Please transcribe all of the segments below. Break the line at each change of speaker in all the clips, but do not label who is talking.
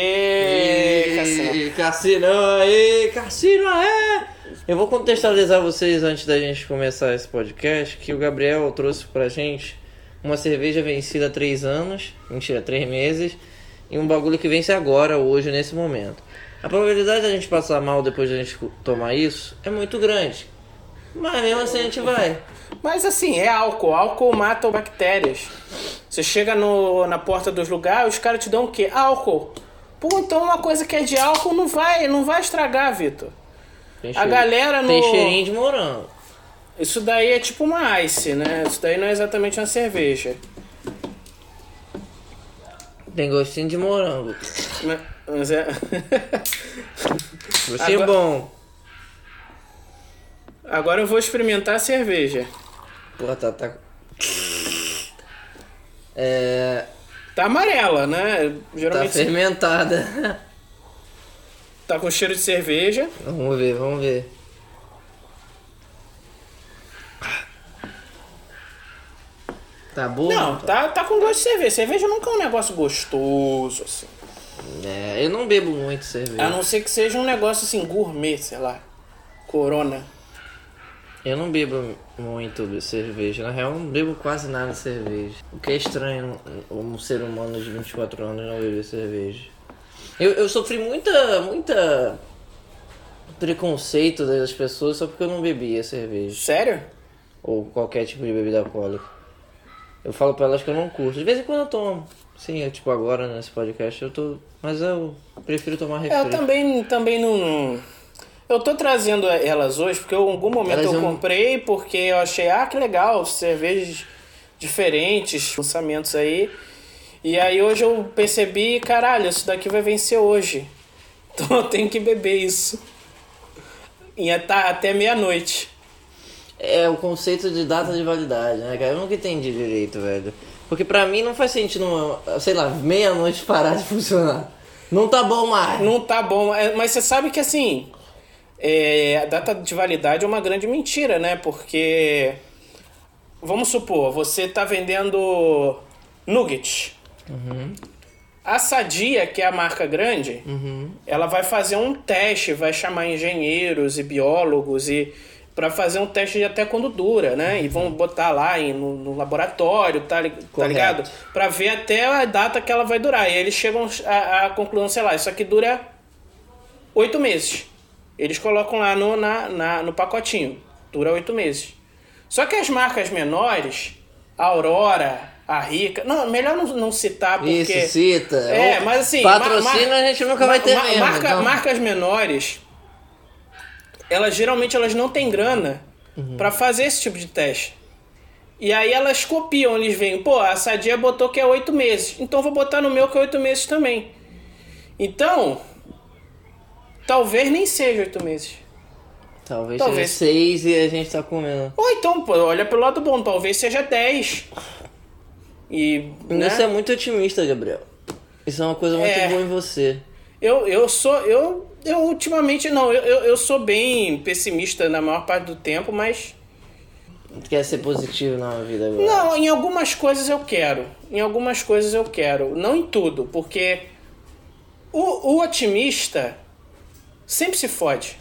Aê, Cassino.
Ih, Cassino, aê, Cassino, aê! Eu vou contextualizar vocês antes da gente começar esse podcast, que o Gabriel trouxe pra gente uma cerveja vencida há três anos, mentira, três meses, e um bagulho que vence agora, hoje, nesse momento. A probabilidade da gente passar mal depois da gente tomar isso é muito grande. Mas mesmo assim a gente vai.
Mas assim, é álcool. Álcool mata bactérias. Você chega no, na porta dos lugares, os caras te dão o quê? Álcool. Pô, então uma coisa que é de álcool não vai, não vai estragar, Vitor.
Tem
A galera no-
Tem cheirinho de morango.
Isso daí é tipo uma ice, né? Isso daí não é exatamente uma cerveja.
Tem gostinho de morango.
Né? Mas é...
Gostinho
Agora-
é bom.
Agora eu vou experimentar a cerveja.
Porra, tá. tá... É.
Tá amarela, né?
Tá
Geralmente
fermentada.
tá com cheiro de cerveja.
vamos ver, vamos ver. Tá boa?
Não, tá, tá com gosto de cerveja. Cerveja nunca é um negócio gostoso, assim.
É, eu não bebo muito cerveja.
A não ser que seja um negócio assim, gourmet, sei lá. Corona.
Eu não bebo muito cerveja. Na real, eu não bebo quase nada de cerveja. O que é estranho um ser humano de 24 anos não beber cerveja. Eu, eu sofri muita, muita preconceito das pessoas só porque eu não bebia cerveja.
Sério?
Ou qualquer tipo de bebida alcoólica. Eu falo pra elas que eu não curto. De vez em quando eu tomo. Sim, eu, tipo agora nesse podcast eu tô. Mas eu prefiro tomar refri.
Eu também, também não. Eu tô trazendo elas hoje porque eu, em algum momento
Elas
eu
não-
comprei, porque eu achei, ah, que legal, cervejas diferentes, lançamentos aí. E aí hoje eu percebi, caralho, isso daqui vai vencer hoje. Então eu tenho que beber isso. E é tá- até meia-noite.
É o conceito de data de validade, né, cara? Eu nunca entendi direito, velho. Porque pra mim não faz sentido, uma, sei lá, meia-noite parar de funcionar. Não tá bom mais.
Não tá bom. É, Mas você sabe que assim. é, a data de validade é uma grande mentira, né? Porque. Vamos supor, você tá vendendo nuggets. A Sadia, que é a marca grande,
Uhum.
ela vai fazer um teste, vai chamar engenheiros e biólogos e para fazer um teste de até quando dura, né? E vão botar lá em- no, no laboratório, tá, li- tá
Correto.
ligado? Pra ver até a data que ela vai durar. E aí eles chegam à, à conclusão, sei lá, isso aqui dura oito meses. Eles colocam lá no, na, na- no pacotinho. Dura oito meses. Só que as marcas menores, a Aurora, a Rica. Não, melhor não, não citar porque.
Isso, cita.
É,
Ou-
mas assim.
Patrocínio
mar-
a gente nunca
mar-
vai ter
mar-
mesmo.
marca-
então.
Marcas menores, elas geralmente elas não têm grana
Uhum.
pra fazer esse tipo de teste. E aí elas copiam, eles veem, pô, a Sadia botou que é oito meses, então vou botar no meu que é oito meses também. Então, talvez nem seja oito meses.
Talvez,
Talvez.
seja seis e a gente tá comendo.
Ou então, pô, olha pelo lado bom, talvez seja 10. E. Né?
Isso é muito otimista, Gabriel. Isso é uma coisa muito
É.
boa em você.
Eu, eu sou. Eu, eu ultimamente não, eu, eu, eu sou bem pessimista na maior parte do tempo, mas.
Tu quer ser positivo na vida agora.
Não, em algumas coisas eu quero. Em algumas coisas eu quero. Não em tudo, porque o, o otimista sempre se fode.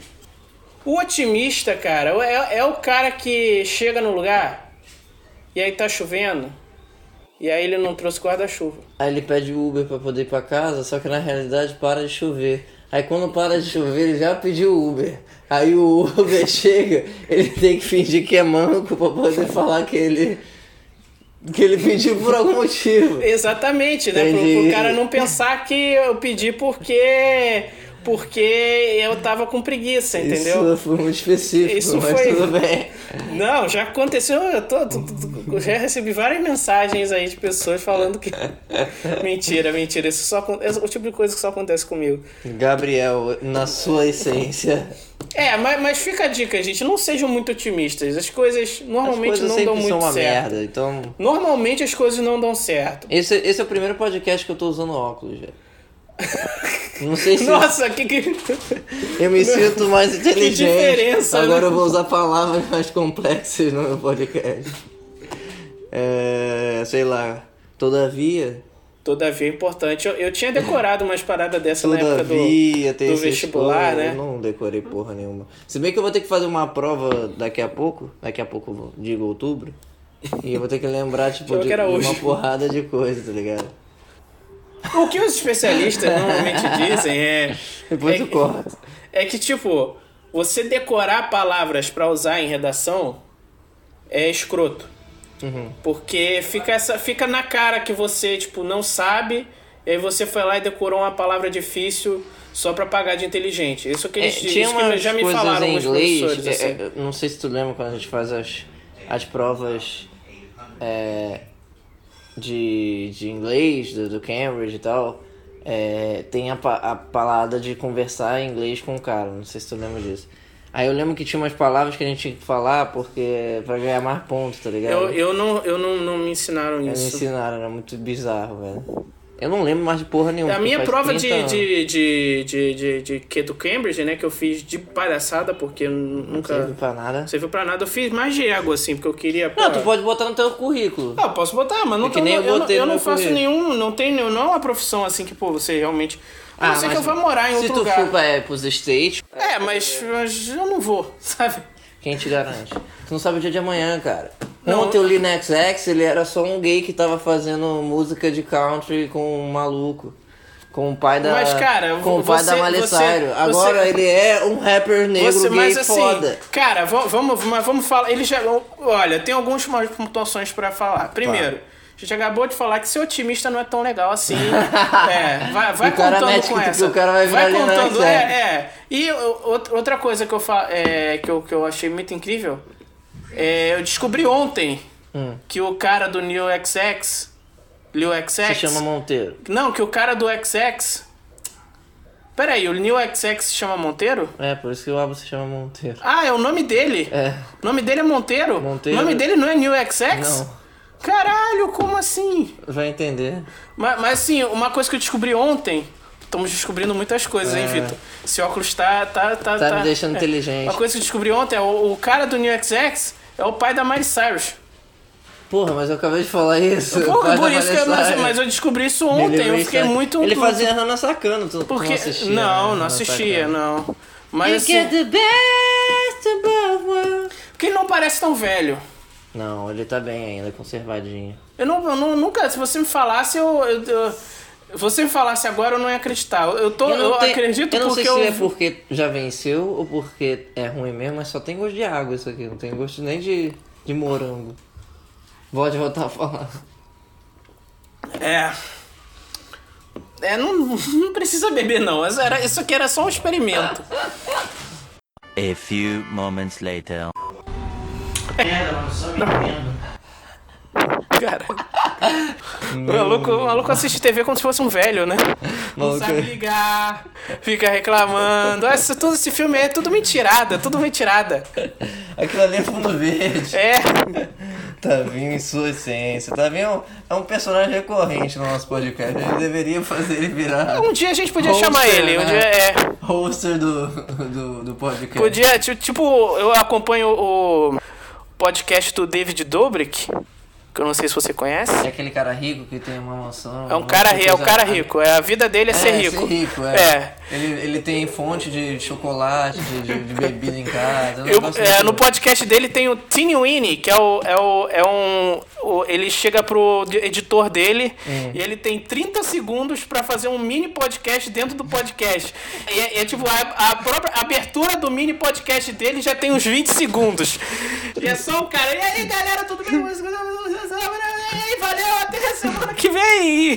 O otimista, cara, é, é o cara que chega no lugar e aí tá chovendo. E aí ele não trouxe guarda-chuva.
Aí ele pede o Uber pra poder ir pra casa, só que na realidade para de chover. Aí quando para de chover, ele já pediu o Uber. Aí o Uber chega, ele tem que fingir que é manco pra poder falar que ele. que ele pediu por algum motivo.
Exatamente, né? Pro,
Entendi.
pro cara não pensar que eu pedi porque. Porque eu tava com preguiça, entendeu?
Isso foi muito específico,
Isso
mas
foi-
tudo bem.
Não, já aconteceu, eu tô, tô- tô- tô- já recebi várias mensagens aí de pessoas falando que. mentira, mentira. Isso só acon- esse é o tipo de coisa que só acontece comigo.
Gabriel, na sua essência,
É, mas, mas fica a dica, gente. Não sejam muito otimistas. As coisas
as
normalmente
coisas
não dão
sempre
muito
são uma
certo.
merda, então.
Normalmente as coisas não dão certo.
Esse, esse é o primeiro podcast que eu tô usando óculos, velho. Não sei se
Nossa, que. que...
Eu me sinto mais inteligente.
diferença,
Agora
né?
eu vou usar palavras mais complexas no meu podcast. É, sei lá. Todavia,
Todavia é importante. Eu, eu tinha decorado umas paradas dessa na época do.
Todavia, tem
do
esse
vestibular,
escolha,
né?
Eu não decorei porra nenhuma. Se bem que eu vou ter que fazer uma prova daqui a pouco, daqui a pouco, eu vou- digo outubro, e eu vou ter que lembrar, tipo,
Achava
de,
que era
de uma
hoje.
porrada de coisa, tá ligado?
O que os especialistas normalmente dizem é.
Depois
é,
eu corto.
É que, tipo, você decorar palavras pra usar em redação é escroto.
Uhum.
Porque fica, essa, fica na cara que você, tipo, não sabe, e aí você foi lá e decorou uma palavra difícil só pra pagar de inteligente. Isso que
É,
eles
tinha
isso que
umas
já me
coisas
falaram
em
alguns
inglês,
professores. assim.
é, é, não sei se tu lembra quando a gente faz as, as provas é, de, de inglês, do, do Cambridge e tal, é, tem a, pa- a palavra de conversar em inglês com o cara, não sei se tu lembra disso. Aí eu lembro que tinha umas palavras que a gente tinha que falar porque pra ganhar mais pontos, tá ligado?
Eu, eu, não, eu não, não me ensinaram
Me
isso.
ensinaram, era muito bizarro, velho. Eu não lembro mais de porra nenhuma.
A
porque
minha
faz
prova
30
de,
anos.
de, de, de, de, de, que do Cambridge, né, que eu fiz de palhaçada, porque eu
Não
nunca
serve pra nada.
Não serviu pra nada, eu fiz mais de ego, assim, porque eu queria.
Não, tu pode botar no teu currículo.
Ah, eu posso botar, mas não
É que
tô-
nem eu
eu, não-
botei
eu
no
não
meu
faço
currículo.
nenhum. Não tem nenhum- não é uma profissão assim que, pô, você realmente. A não ser é que
mas
eu vá morar em
Ah, se
outro
tu
lugar.
for pra, é, pros States,
É, mas, mas eu não vou, sabe?
quem te garante? Tu não sabe o dia de amanhã, cara.
Não.
Ontem eu li na XX, ele era só um gay que tava fazendo música de country com um maluco. Com o pai da.
Mas, cara,
com o pai
você-
da Miley
você-
Cyrus. Agora
você-
ele é um rapper negro
Você,
gay
mas assim,
foda.
cara, va- vamos, mas vamos falar. Ele já. Olha, tem algumas mais pontuações pra
Tá.
falar. Primeiro. A gente acabou de falar que ser otimista não é tão legal assim. É, vai, vai
O cara
contando
mete
com
que tu-
essa.
que o cara vai virar ali na
contando, é,
Excel.
é. E o- out- outra coisa que eu, fa é, que eu, que eu achei muito incrível, é, eu descobri ontem
Hum.
que o cara do New XX, Lil XX,
Se chama Monteiro.
não, que o cara do XX, peraí, o New XX se chama Monteiro?
É, por isso que o álbum se chama Monteiro.
Ah, é o nome dele.
É.
O nome dele é Monteiro?
Monteiro.
O nome dele não é New XX?
Não.
Caralho, como assim?
Vai entender.
Mas, mas assim, uma coisa que eu descobri ontem. Estamos descobrindo muitas coisas, hein, Vitor? Esse óculos tá. Tá, tá,
É. Tá me
tá-
deixando
é.
inteligente.
Uma coisa que eu descobri ontem é o, o cara do New XX é o pai da Miley Cyrus.
Porra, mas eu acabei de falar isso. o
Porra,
pai da
Um por isso que eu,
Miley
mas,
Cyrus.
mas eu descobri isso ontem. Eu
Delivery
fiquei
Sacana.
muito.
Ele
puto.
fazia Hannah Sacana, tu
Porque...
não assistia.
não,
né,
não
Hannah
assistia,
Sacana.
não. Mas
You get
assim,
the best of both worlds.
porque ele não parece tão velho.
Não, ele tá bem ainda, conservadinho.
Eu, não, eu não- nunca, se você me falasse, eu. eu, eu- se você me falasse agora, eu não ia acreditar. Eu, eu tô, eu,
tenho-
acredito
eu não
porque
sei
eu.
se é porque já venceu ou porque é ruim mesmo, mas só tem gosto de água isso aqui, não tem gosto nem de, de morango. Pode voltar a falar.
É. É, não, não precisa beber, não. Mas Era, isso aqui era só um experimento.
A few moments later.
Cara. O maluco, o maluco assiste TV como se fosse um velho, né? Não sabe ligar, fica reclamando. Ah, isso, tudo, esse filme é tudo mentirada, tudo mentirada.
Aquilo ali é fundo verde.
É.
Tavinho em sua essência. Tavinho é um, é um personagem recorrente no nosso podcast. Ele deveria fazer ele virar.
Um dia a gente podia
Hoster,
chamar ele. Um
né?
dia, é.
hoster do, do, do podcast.
Podia, ti- tipo, eu acompanho o podcast do David Dobrik, que eu não sei se você conhece.
É aquele cara rico que tem uma mansão.
É um cara, ri- é um cara rico, é a vida dele é,
É,
ser rico.
Ser rico é.
É.
Ele, ele tem fonte de chocolate, de, de- de bebida em casa. um
Eu-
negócio
é,
muito
no
doido.
podcast dele tem o Tiny Winnie, que é o. É, o, é um. o- ele chega pro de- editor dele e ele tem 30 segundos pra fazer um mini podcast dentro do podcast. E é, é tipo, a, a própria abertura do mini podcast dele já tem uns 20 segundos. E é só o cara. E aí, galera, tudo bem? E Valeu, até a semana que vem!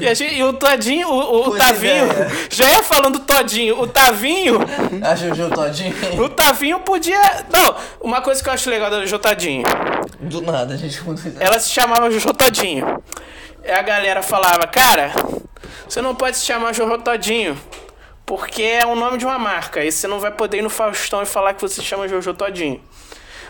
E, a gente- e o Todinho, o, o, o
Puta
Tavinho,
ideia.
já ia falando Todinho, o Tavinho
A Juju Todinho.
o Tavinho podia. Não, uma coisa que eu acho legal da Jotadinho.
Do nada, a gente mudou.
Ela se chamava Jotadinho. E a galera falava, cara, você não pode se chamar Jotadinho. Porque é o nome de uma marca. E você não vai poder ir no Faustão e falar que você se chama Jojo Todinho.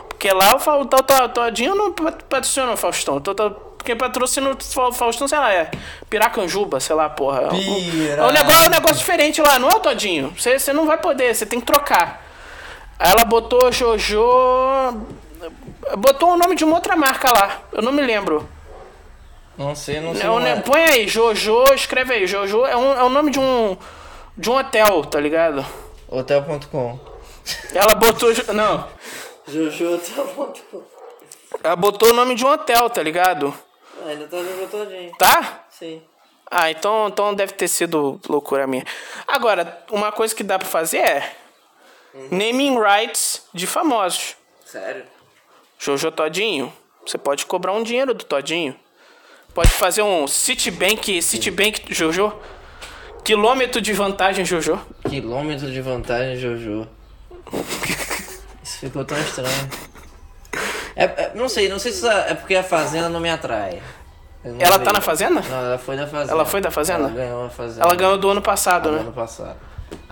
Porque lá o, Fa- o, tal- tal- Todinho não pat- patrocina o Faustão. Tal- tal- Quem patrocina o Fa- Faustão, sei lá, é Piracanjuba, sei lá, porra. É um-
Pira-
É um negócio, é um negócio diferente lá, não é o Todinho. Você, você não vai poder, você tem que trocar. Aí ela botou Jojo. Botou o nome de uma outra marca lá. Eu não me lembro.
Não sei, não sei.
É um
não é.
ne- Põe aí, Jojo, escreve aí. Jojo é, um, é o nome de um, de um hotel, tá ligado?
Hotel.com.
Ela botou. jo- Não.
Jojo hotel.com.
Ela botou o nome de um hotel, tá ligado?
Ainda tá Jojo todinho.
Tá?
Sim.
Ah, então, então deve ter sido loucura minha. Agora, uma coisa que dá pra fazer é. Naming rights de famosos.
Sério?
Jojo Todinho, você pode cobrar um dinheiro do Todinho. Pode fazer um Citibank, Citibank Jojo. Quilômetro de vantagem, Jojo.
Quilômetro de vantagem, Jojo. Isso ficou tão estranho. É, é- não sei, não sei se essa- é porque a Fazenda não me atrai. Eu não
Ela
vejo.
tá na fazenda?
Não, ela foi da Fazenda.
Ela foi da Fazenda?
Ela ganhou a Fazenda.
Ela ganhou do ano passado,
no
né?
ano passado.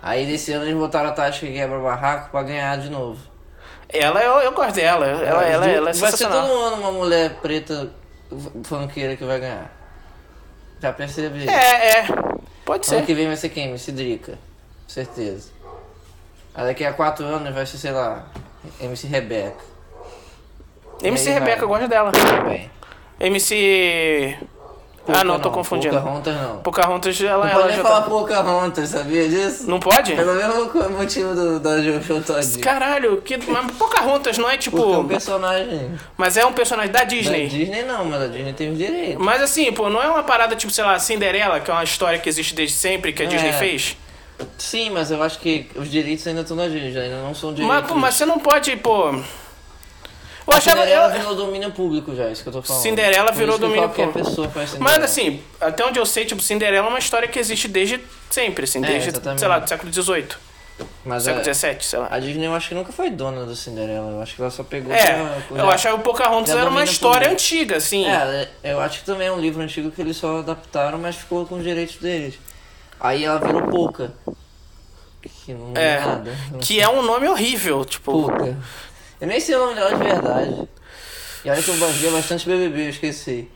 Aí desse ano eles botaram a taxa que quebra barraco pra ganhar de novo.
Ela, eu, eu gosto dela. Ela,
Mas
ela,
du-
ela é
Vai ser
sensacional.
todo ano uma mulher preta f- funkeira que vai ganhar. Já percebi.
É, é. Pode ser.
Ano que vem vai ser quem? MC Drica. Certeza. Aí daqui a quatro anos vai ser, sei lá, MC Rebeca.
MC
Aí vai.
Rebeca, eu gosto dela.
Bem.
MC. Ah, não, tô confundindo.
Pocahontas não.
Pocahontas, ela,
não
ela
pode nem
já
falar
tá...
Pocahontas, sabia disso?
Não pode?
Pelo mesmo co- motivo do, da Jojo Todinho.
Caralho, que... mas Pocahontas não é tipo...
Porque é um personagem
Mas é um personagem da
da
Disney.
Disney não, mas a Disney tem os direitos.
Mas assim, pô, não é uma parada tipo, sei lá, Cinderela, que é uma história que existe desde sempre, que a
É.
Disney fez?
Sim, mas eu acho que os direitos ainda estão na Disney, ainda não são direitos.
Mas, pô, mas você não pode, pô. Eu
A
achava.
Cinderela
eu-
virou domínio público já, é isso que eu tô falando.
Cinderela
Por
virou
isso que
domínio
qualquer
público.
pessoa faz é Cinderela.
Mas assim, até onde eu sei, tipo, Cinderela é uma história que existe desde sempre, assim,
É,
desde,
exatamente.
sei lá, do século XVIII,
Mas é,
século
a-
XVII, sei lá.
A Disney eu acho que nunca foi dona do Cinderela. Eu acho que ela só pegou.
É,
pra-
eu achava que o Pocahontas
já
era uma
domina
história
tudo.
antiga, assim.
É, eu acho que também é um livro antigo que eles só adaptaram, mas ficou com os direitos deles. Aí ela virou pouca. Que não é,
É,
nada.
Que é um nome horrível, tipo.
Pouca. Eu nem sei o nome dela de verdade. E olha que eu via bastante BBB, eu esqueci.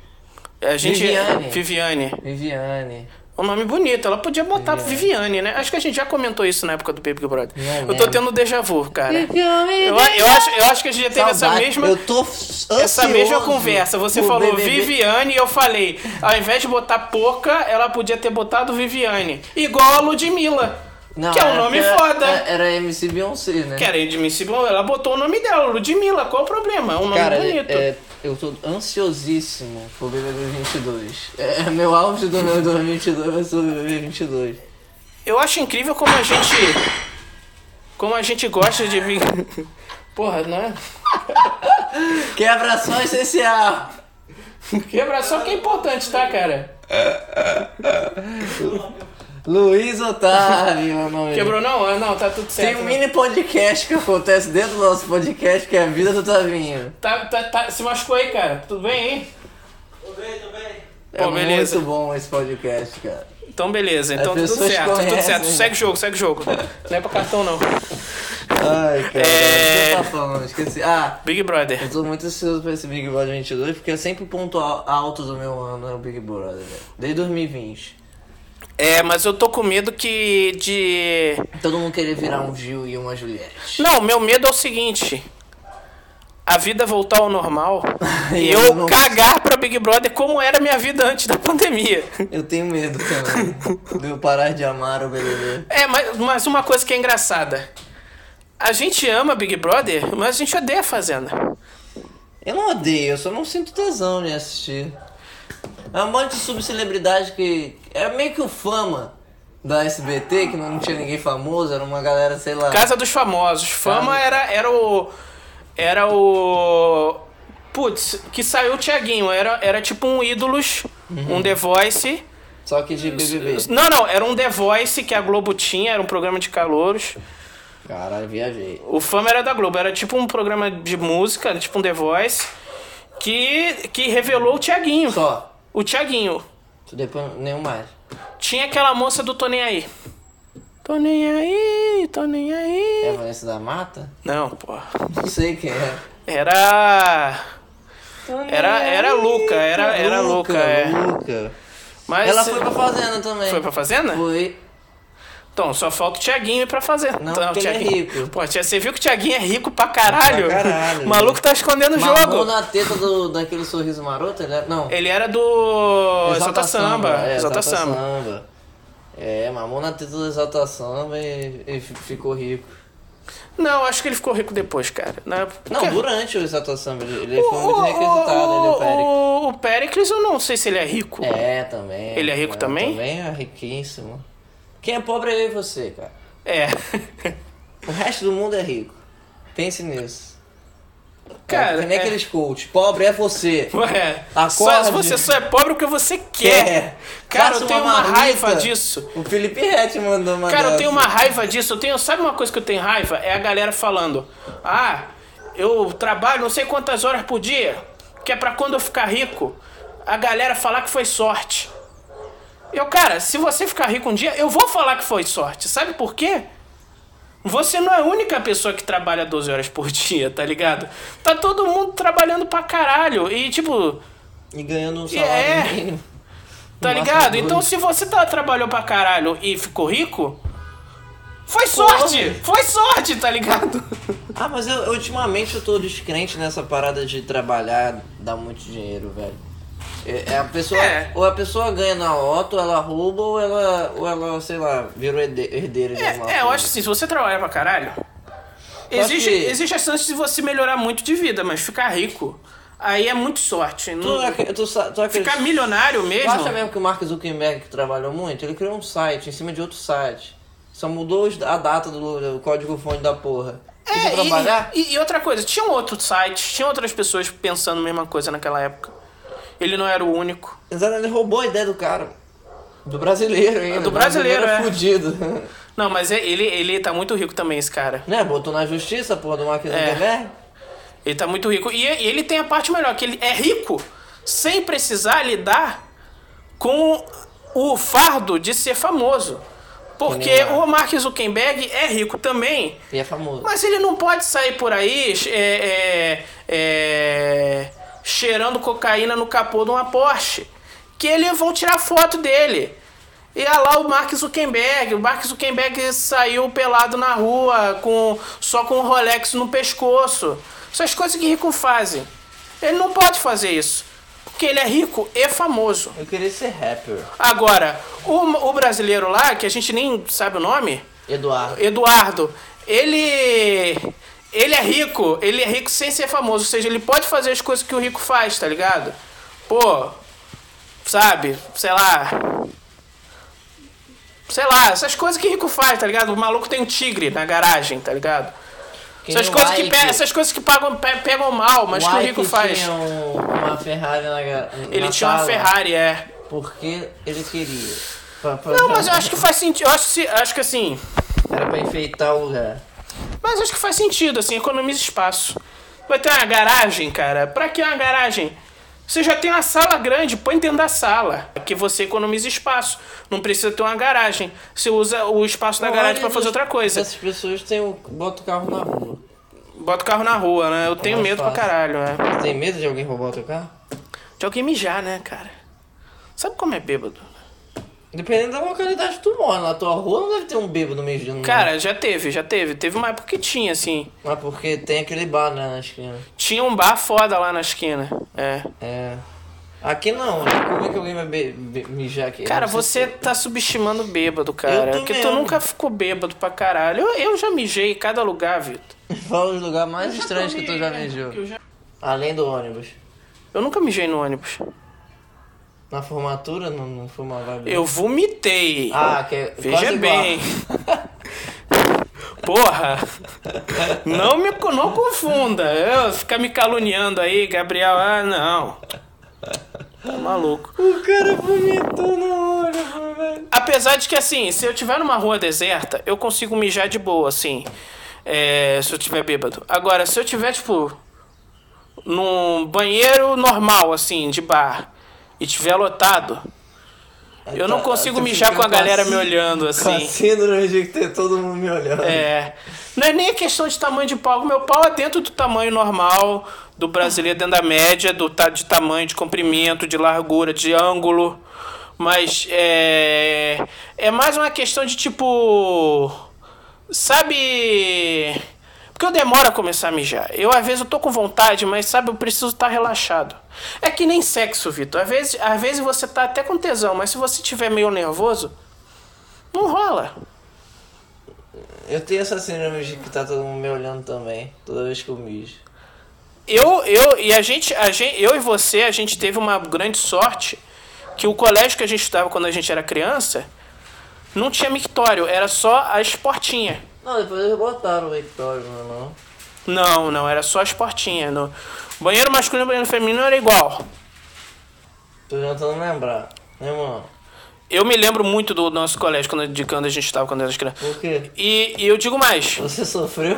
A gente.
Viviane.
Viviane.
Viviane.
Um nome bonito, ela podia botar Viviane, né? Acho que a gente já comentou isso na época do Baby Brother.
Não
eu tô
lembro.
tendo déjà vu, cara. Eu,
Viviane.
eu acho, eu acho que a gente já teve essa mesma,
Eu tô ansioso
essa mesma conversa. Você
pro
falou
BBB.
Viviane e eu falei, ao invés de botar Poca, ela podia ter botado Viviane. Igual a Ludmilla,
Não,
que é um
era
nome
porque
foda.
Era, era MC Beyoncé, né?
Que era admissível, ela botou o nome dela, Ludmilla. Qual o problema? É um nome
Cara,
bonito.
é- eu tô ansiosíssimo pro BBB 22. É, é meu auge do meu 2022 vai ser o BBB 22.
Eu acho incrível como a gente. Como a gente gosta de vir. Porra, não é?
Quebra só essencial!
Quebrar só que é importante, tá, cara?
Luiz Otávio, meu nome.
Quebrou não? Ah, Não, tá tudo certo.
Tem um
né?
mini podcast que acontece dentro do nosso podcast que é a vida do Tavinho.
Tá, tá, tá, se machucou aí, cara. Tudo bem aí?
É
Pô, beleza.
muito bom esse podcast, cara.
Então, beleza. Então, tudo
pessoas
certo. Tudo
conhecem,
certo.
né?
Segue o jogo, segue o jogo. Não é pra cartão, não.
Ai, cara.
É.
O que eu tava falando? Esqueci. Ah,
Big Brother.
eu tô muito ansioso pra esse Big Brother 22 porque é sempre o ponto al- alto do meu ano é o Big Brother, velho. Desde 2020.
É, mas eu tô com medo que de...
Todo mundo querer virar um Gil e uma Juliette.
Não, meu medo é o seguinte. A vida voltar ao normal e
Eu
eu
não-
cagar pra Big Brother como era a minha vida antes da pandemia.
Eu tenho medo também de eu parar de amar o BBB.
É, mas, mas uma coisa que é engraçada. A gente ama Big Brother, mas a gente odeia a Fazenda.
Eu não odeio, eu só não sinto tesão em assistir. É um monte de subcelebridade que. É meio que o fama da SBT, que não tinha ninguém famoso, era uma galera, sei lá.
Casa dos Famosos. Fama era, era o. Era o. Putz, que saiu o Tiaguinho. Era, era tipo um ídolos,
Uhum.
um The Voice.
Só que de BBB.
Não, não, era um The Voice que a Globo tinha, era um programa de calouros.
Caralho, viajei.
O Fama era da Globo, era tipo um programa de música, era tipo um The Voice, que, que revelou o Tiaguinho.
Só.
O Tiaguinho.
Depois, nenhum mais.
Tinha aquela moça do Tô Nem Aí. Tô nem aí, tô nem aí.
É a Vanessa da Mata?
Não, porra.
Não sei quem é.
Era. Era, era Luca, era, era Luca, é.
Luca.
Mas
Ela
cê-
foi pra fazenda também.
foi pra fazenda?
Foi.
Então, só falta o Thiaguinho pra fazer.
Não,
então,
porque ele é
Thiaguinho-
rico.
Pô, Thiago, você viu que o Thiaguinho é rico pra caralho?
Pra caralho.
o maluco tá escondendo o
Mamou
jogo.
na teta do, daquele sorriso maroto, ele era- Não.
Ele era do É, Exalta Samba.
é,
Exalta Samba.
É, mamou na teta do Exalta Samba e, e fi- ficou rico.
Não, acho que ele ficou rico depois, cara. Não,
Não, durante o Exalta Samba, ele ele foi muito requisitado, ele é o Péricles.
o, o Pericles, eu não sei se ele é rico.
É, também.
Ele é rico
Não,
também?
Também é riquíssimo. Quem é pobre é eu e você, cara.
É.
O resto do mundo é rico. Pense nisso.
Cara,
é, que nem
é.
aqueles coaches. Pobre é você.
Ué, só,
Acorde.
você só é pobre porque você quer. Cara,
Faça
eu tenho uma,
marmita.
raiva disso.
O Felipe Rett mandou uma
Cara, eu
dessa.
tenho uma raiva disso. Eu tenho, sabe uma coisa que eu tenho raiva? É a galera falando: "Ah, eu trabalho não sei quantas horas por dia, que é pra quando eu ficar rico". A galera falar que foi sorte. Eu, cara, se você ficar rico um dia, eu vou falar que foi sorte. Sabe por quê? Você não é a única pessoa que trabalha 12 horas por dia, tá ligado? Tá todo mundo trabalhando pra caralho. E tipo,
E ganhando um salário
É.
mínimo.
Tá
No máximo
ligado?
dois.
Então se você tá, trabalhou pra caralho e ficou rico, foi sorte!
Porra.
Foi sorte, tá ligado?
Ah, mas eu, eu, ultimamente eu tô descrente nessa parada de trabalhar, dar muito dinheiro, velho. É, é a pessoa,
É.
Ou a pessoa ganha na loto, ela rouba, ou ela, ou ela sei lá, virou herde- herdeira de alguma
É, é, eu
coisa.
acho que assim, se você trabalha pra caralho, existe,
que-
existe a chance de você melhorar muito de vida, mas ficar rico, aí é muito sorte.
Tu,
Não,
ac- tu, sa- tu acredita-
ficar milionário
Tu
mesmo.
acha mesmo que o Mark Zuckerberg que trabalhou muito? Ele criou um site em cima de outro site. Só mudou os- a data do, do código fonte da porra. E se
É, e-
trabalhar?
e, e outra coisa, tinha um outro site, tinha outras pessoas pensando a mesma coisa naquela época. Ele não era o único.
Exato, ele roubou a ideia do cara. Do brasileiro, hein?
É, do brasileiro, é.
fudido.
Não, mas é- ele, ele tá muito rico também, esse cara.
né? Botou na justiça, porra, do
É.
Mark Zuckerberg.
Ele tá muito rico. E, e ele tem a parte melhor, que ele é rico sem precisar lidar com o fardo de ser famoso. Porque
Entendeu?
o Mark Zuckerberg é rico também,
E é famoso.
mas ele não pode sair por aí é, é, é, cheirando cocaína no capô de uma Porsche. Que eles vão tirar foto dele. E olha lá o Mark Zuckerberg. O Mark Zuckerberg saiu pelado na rua, com só com o Rolex no pescoço. Essas coisas que rico fazem. Ele não pode fazer isso. Porque ele é rico e famoso.
Eu queria ser rapper.
Agora, o- o brasileiro lá, que a gente nem sabe o nome,
Eduardo.
Eduardo, ele. Ele é rico, ele é rico sem ser famoso, ou seja, ele pode fazer as coisas que o rico faz, tá ligado? Pô, sabe, sei lá. Sei lá, essas coisas que rico faz, tá ligado? O maluco tem um tigre na garagem, tá ligado?
Que
Essas
nem é o
coisas que,
Ike.
pe- essas coisas que pagam, pe- pegam mal, mas que o
Ike
rico faz.
tinha um- uma Ferrari na, gar- na
Ele tinha uma
sala
Ferrari, é.
Porque ele queria. Pra- pra-
Não, mas eu acho que faz sentido. Eu acho, que se- acho que assim.
Era pra enfeitar o lugar.
Mas acho que faz sentido, assim, economiza espaço. Vai ter uma garagem, cara. Pra que uma garagem? Você já tem uma sala grande, põe dentro da sala. Que você economiza espaço. Não precisa ter uma garagem. Você usa o espaço da
é
garagem pra fazer outra coisa.
Essas pessoas têm o... botam o carro na rua.
Bota o carro na rua, né? Eu tenho
Mais
medo pra
fácil.
caralho, né?
Tem medo de alguém roubar o teu carro?
De alguém mijar, né, cara? Sabe como é bêbado?
Dependendo da localidade que tu mora, na tua rua não deve ter um bêbado mijando.
Cara, já teve, já teve. Teve uma época que tinha, assim.
Não. Mas porque tem aquele bar né, na esquina.
Tinha um bar foda lá na esquina. É.
É. Aqui não, né? Como é que alguém vai be- be- mijar aqui?
Cara,
Não sei
você tá subestimando o bêbado, cara.
Eu tô
Porque tu
mesmo.
nunca ficou bêbado pra caralho. Eu, eu já mijei em cada lugar, Vitor.
se- Fala os lugares mais estranhos que tu já
né?
mijou.
Eu, já-
Além do ônibus.
Eu nunca mijei no ônibus.
Na formatura não, não foi uma vibe.
Eu vomitei.
Ah, que é
Veja
quase
bem.
Igual.
Porra. Não me co- não confunda. Eu ficar me caluniando aí, Gabriel. Ah, não. Tá maluco.
O cara vomitou no ônibus, velho.
Apesar de que, assim, se eu tiver numa rua deserta, eu consigo mijar de boa, assim. É, se eu tiver bêbado. Agora, se eu tiver, tipo, num banheiro normal, assim, de bar, e tiver lotado, eu não
Tá,
consigo
tu
mijar
fica
com a galera me
sí-
olhando,
Com a
assim.
síndrome de ter todo mundo me olhando.
É. Não é nem a questão de tamanho de pau. Meu pau é dentro do tamanho normal do brasileiro, dentro da média, do ta- de tamanho, de comprimento, de largura, de ângulo. Mas é, É mais uma questão de tipo. Sabe. Porque eu demoro a começar a mijar. Eu, às vezes, eu tô com vontade, mas, sabe, eu preciso estar relaxado. É que nem sexo, Vitor. Às vezes, às vezes você tá até com tesão, mas se você tiver meio nervoso, não rola.
Eu tenho essa síndrome de que tá todo mundo me olhando também, toda vez que eu mijo.
Eu, eu e a gente, a gente, eu e você, a gente teve uma grande sorte que o colégio que a gente estudava quando a gente era criança não tinha mictório, era só as portinhas.
Não, depois eles botaram o Victório, não é não?
Não, não, era só as portinhas. No banheiro masculino e banheiro feminino era igual.
Tô tentando lembrar, né, mano?
Eu me lembro muito do nosso colégio quando, de quando a gente estava quando era criança.
Por quê?
E, e eu digo mais.
Você sofreu?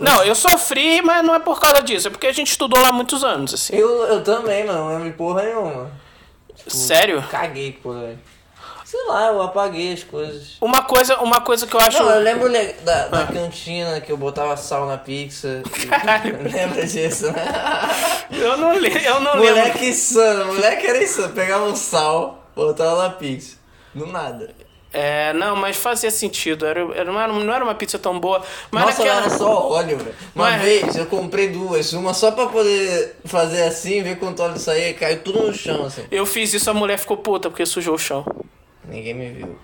Não, eu sofri, mas não é por causa disso, é porque a gente estudou lá muitos anos, assim.
Eu, eu também, mano, não lembro porra nenhuma.
Sério?
Caguei, pô, velho. Sei lá, eu apaguei as coisas.
Uma coisa, uma coisa que eu acho.
Não, eu lembro le- da,
Ah.
da cantina que eu botava sal na pizza.
Caralho.
Lembra disso, né?
Eu não, le- eu não lembro.
Moleque insano, moleque era insano. Pegava um sal, botava na pizza. Do nada.
É, não, mas fazia sentido. Era, era, não, era, não era uma pizza tão boa. Mas
Nossa,
naquela-
era só óleo, velho. Uma
Mas-
vez eu comprei duas, uma só pra poder fazer assim, ver quanto óleo saía, caiu tudo no chão, assim.
Eu fiz isso, a mulher ficou puta porque sujou o chão.
Ninguém me viu.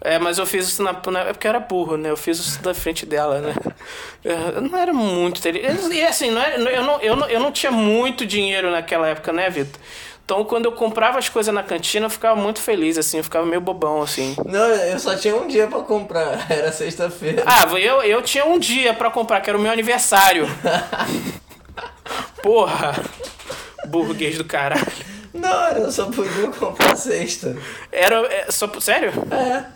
É, mas eu fiz isso na. na é porque eu era burro, né? Eu fiz isso da frente dela, né? É, Eu não era muito inteligente. E assim, não era- eu, não, eu, não, eu não tinha muito dinheiro naquela época, né, Vitor? Então, quando eu comprava as coisas na cantina, eu ficava muito feliz, assim. Eu ficava meio bobão, assim.
Não, eu só tinha um dia pra comprar, era sexta-feira.
Ah, eu, eu tinha um dia pra comprar, que era o meu aniversário. Porra! Burguês do caralho.
Não, eu só podia comprar sexta.
Era. é, só, sério?
É.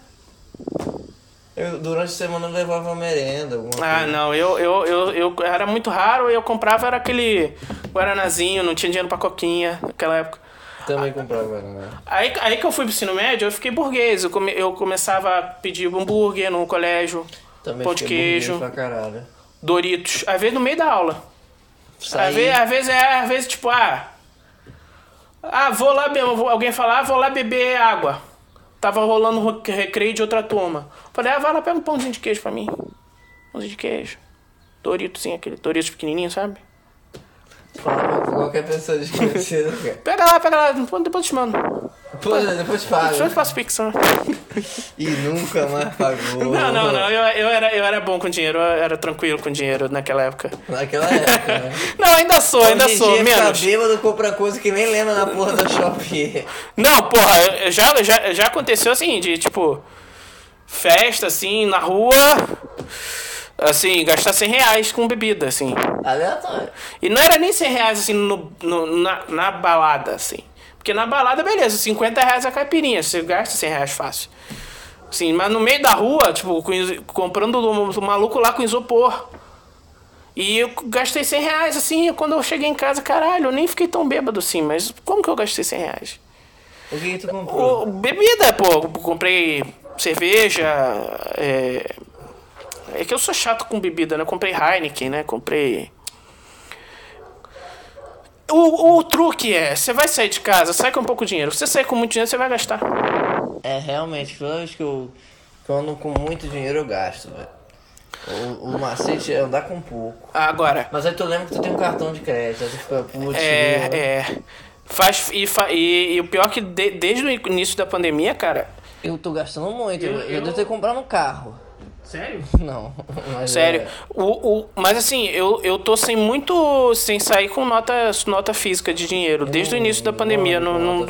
Eu, durante a semana eu levava merenda, alguma
Ah,
coisa.
não, eu, eu, eu, eu era muito raro eu comprava era aquele guaranazinho, não tinha dinheiro pra coquinha naquela época. ah,
Também comprava, né?
Aí, aí que eu fui pro ensino médio, eu fiquei burguês. Eu, come, eu começava a pedir hambúrguer no colégio,
Também
pão de
fiquei burguês
queijo,
Pra caralho.
Doritos. Às vezes no meio da aula. Às
Saí,
vezes, às vezes é, às vezes tipo, ah. Ah, vou lá be- vou- Alguém falar, ah, vou lá beber água. Tava rolando ro- recreio de outra turma. Falei, ah, vai lá, pega um pãozinho de queijo pra mim. Pãozinho de queijo. Doritos, sim, aquele Doritos pequenininho, sabe?
falava com qualquer pessoa desconhecida, cara.
Pega lá, pega lá, depois depois eu te mando.
Pô, depois
Deixa eu
paga.
faço pix, né?
E nunca mais pagou.
Não, não, não, eu, eu, era, eu era bom com dinheiro, eu era tranquilo com dinheiro naquela época.
Naquela época, né?
Não, ainda sou, ainda
Hoje em
sou,
dia, fica
menos.
bêbado, compra coisa que nem lembra na porra do shopping.
Não, porra, eu- já, já, já aconteceu assim, de tipo, festa assim, na rua, assim, gastar 100 reais com bebida, assim.
Aleatório.
E não era nem 100 reais assim no, no- na, na balada, assim. Porque na balada, beleza, 50 reais a caipirinha, você gasta 100 reais fácil. Assim, mas no meio da rua, tipo, com is- comprando do, do maluco lá com isopor. E eu gastei 100 reais, assim, quando eu cheguei em casa, caralho, eu nem fiquei tão bêbado assim, mas como que eu gastei 100 reais?
O que, que tu comprou?
Pô, bebida, pô. Comprei cerveja. É... é que eu sou chato com bebida, né? Comprei Heineken, né? Comprei. O, o truque é: você vai sair de casa, sai com pouco dinheiro. Se você sair com muito dinheiro, você vai gastar.
É, realmente, toda vez que eu, que eu ando com muito dinheiro, eu gasto, velho. O, o macete é andar com pouco.
Agora,
Mas aí tu lembra que tu tem um cartão de crédito, aí tu fica puto. né?
é. é faz, e, fa- e, e o pior é que de- desde o início da pandemia, cara.
Eu tô gastando muito, eu,
Eu-
eu
eu-
devo ter comprado um carro.
Sério?
Não, mas
Sério.
é-
O, o, mas assim, eu, eu tô sem muito. sem sair com nota, nota física de dinheiro, desde o
Hum,
início da pandemia. Não, não,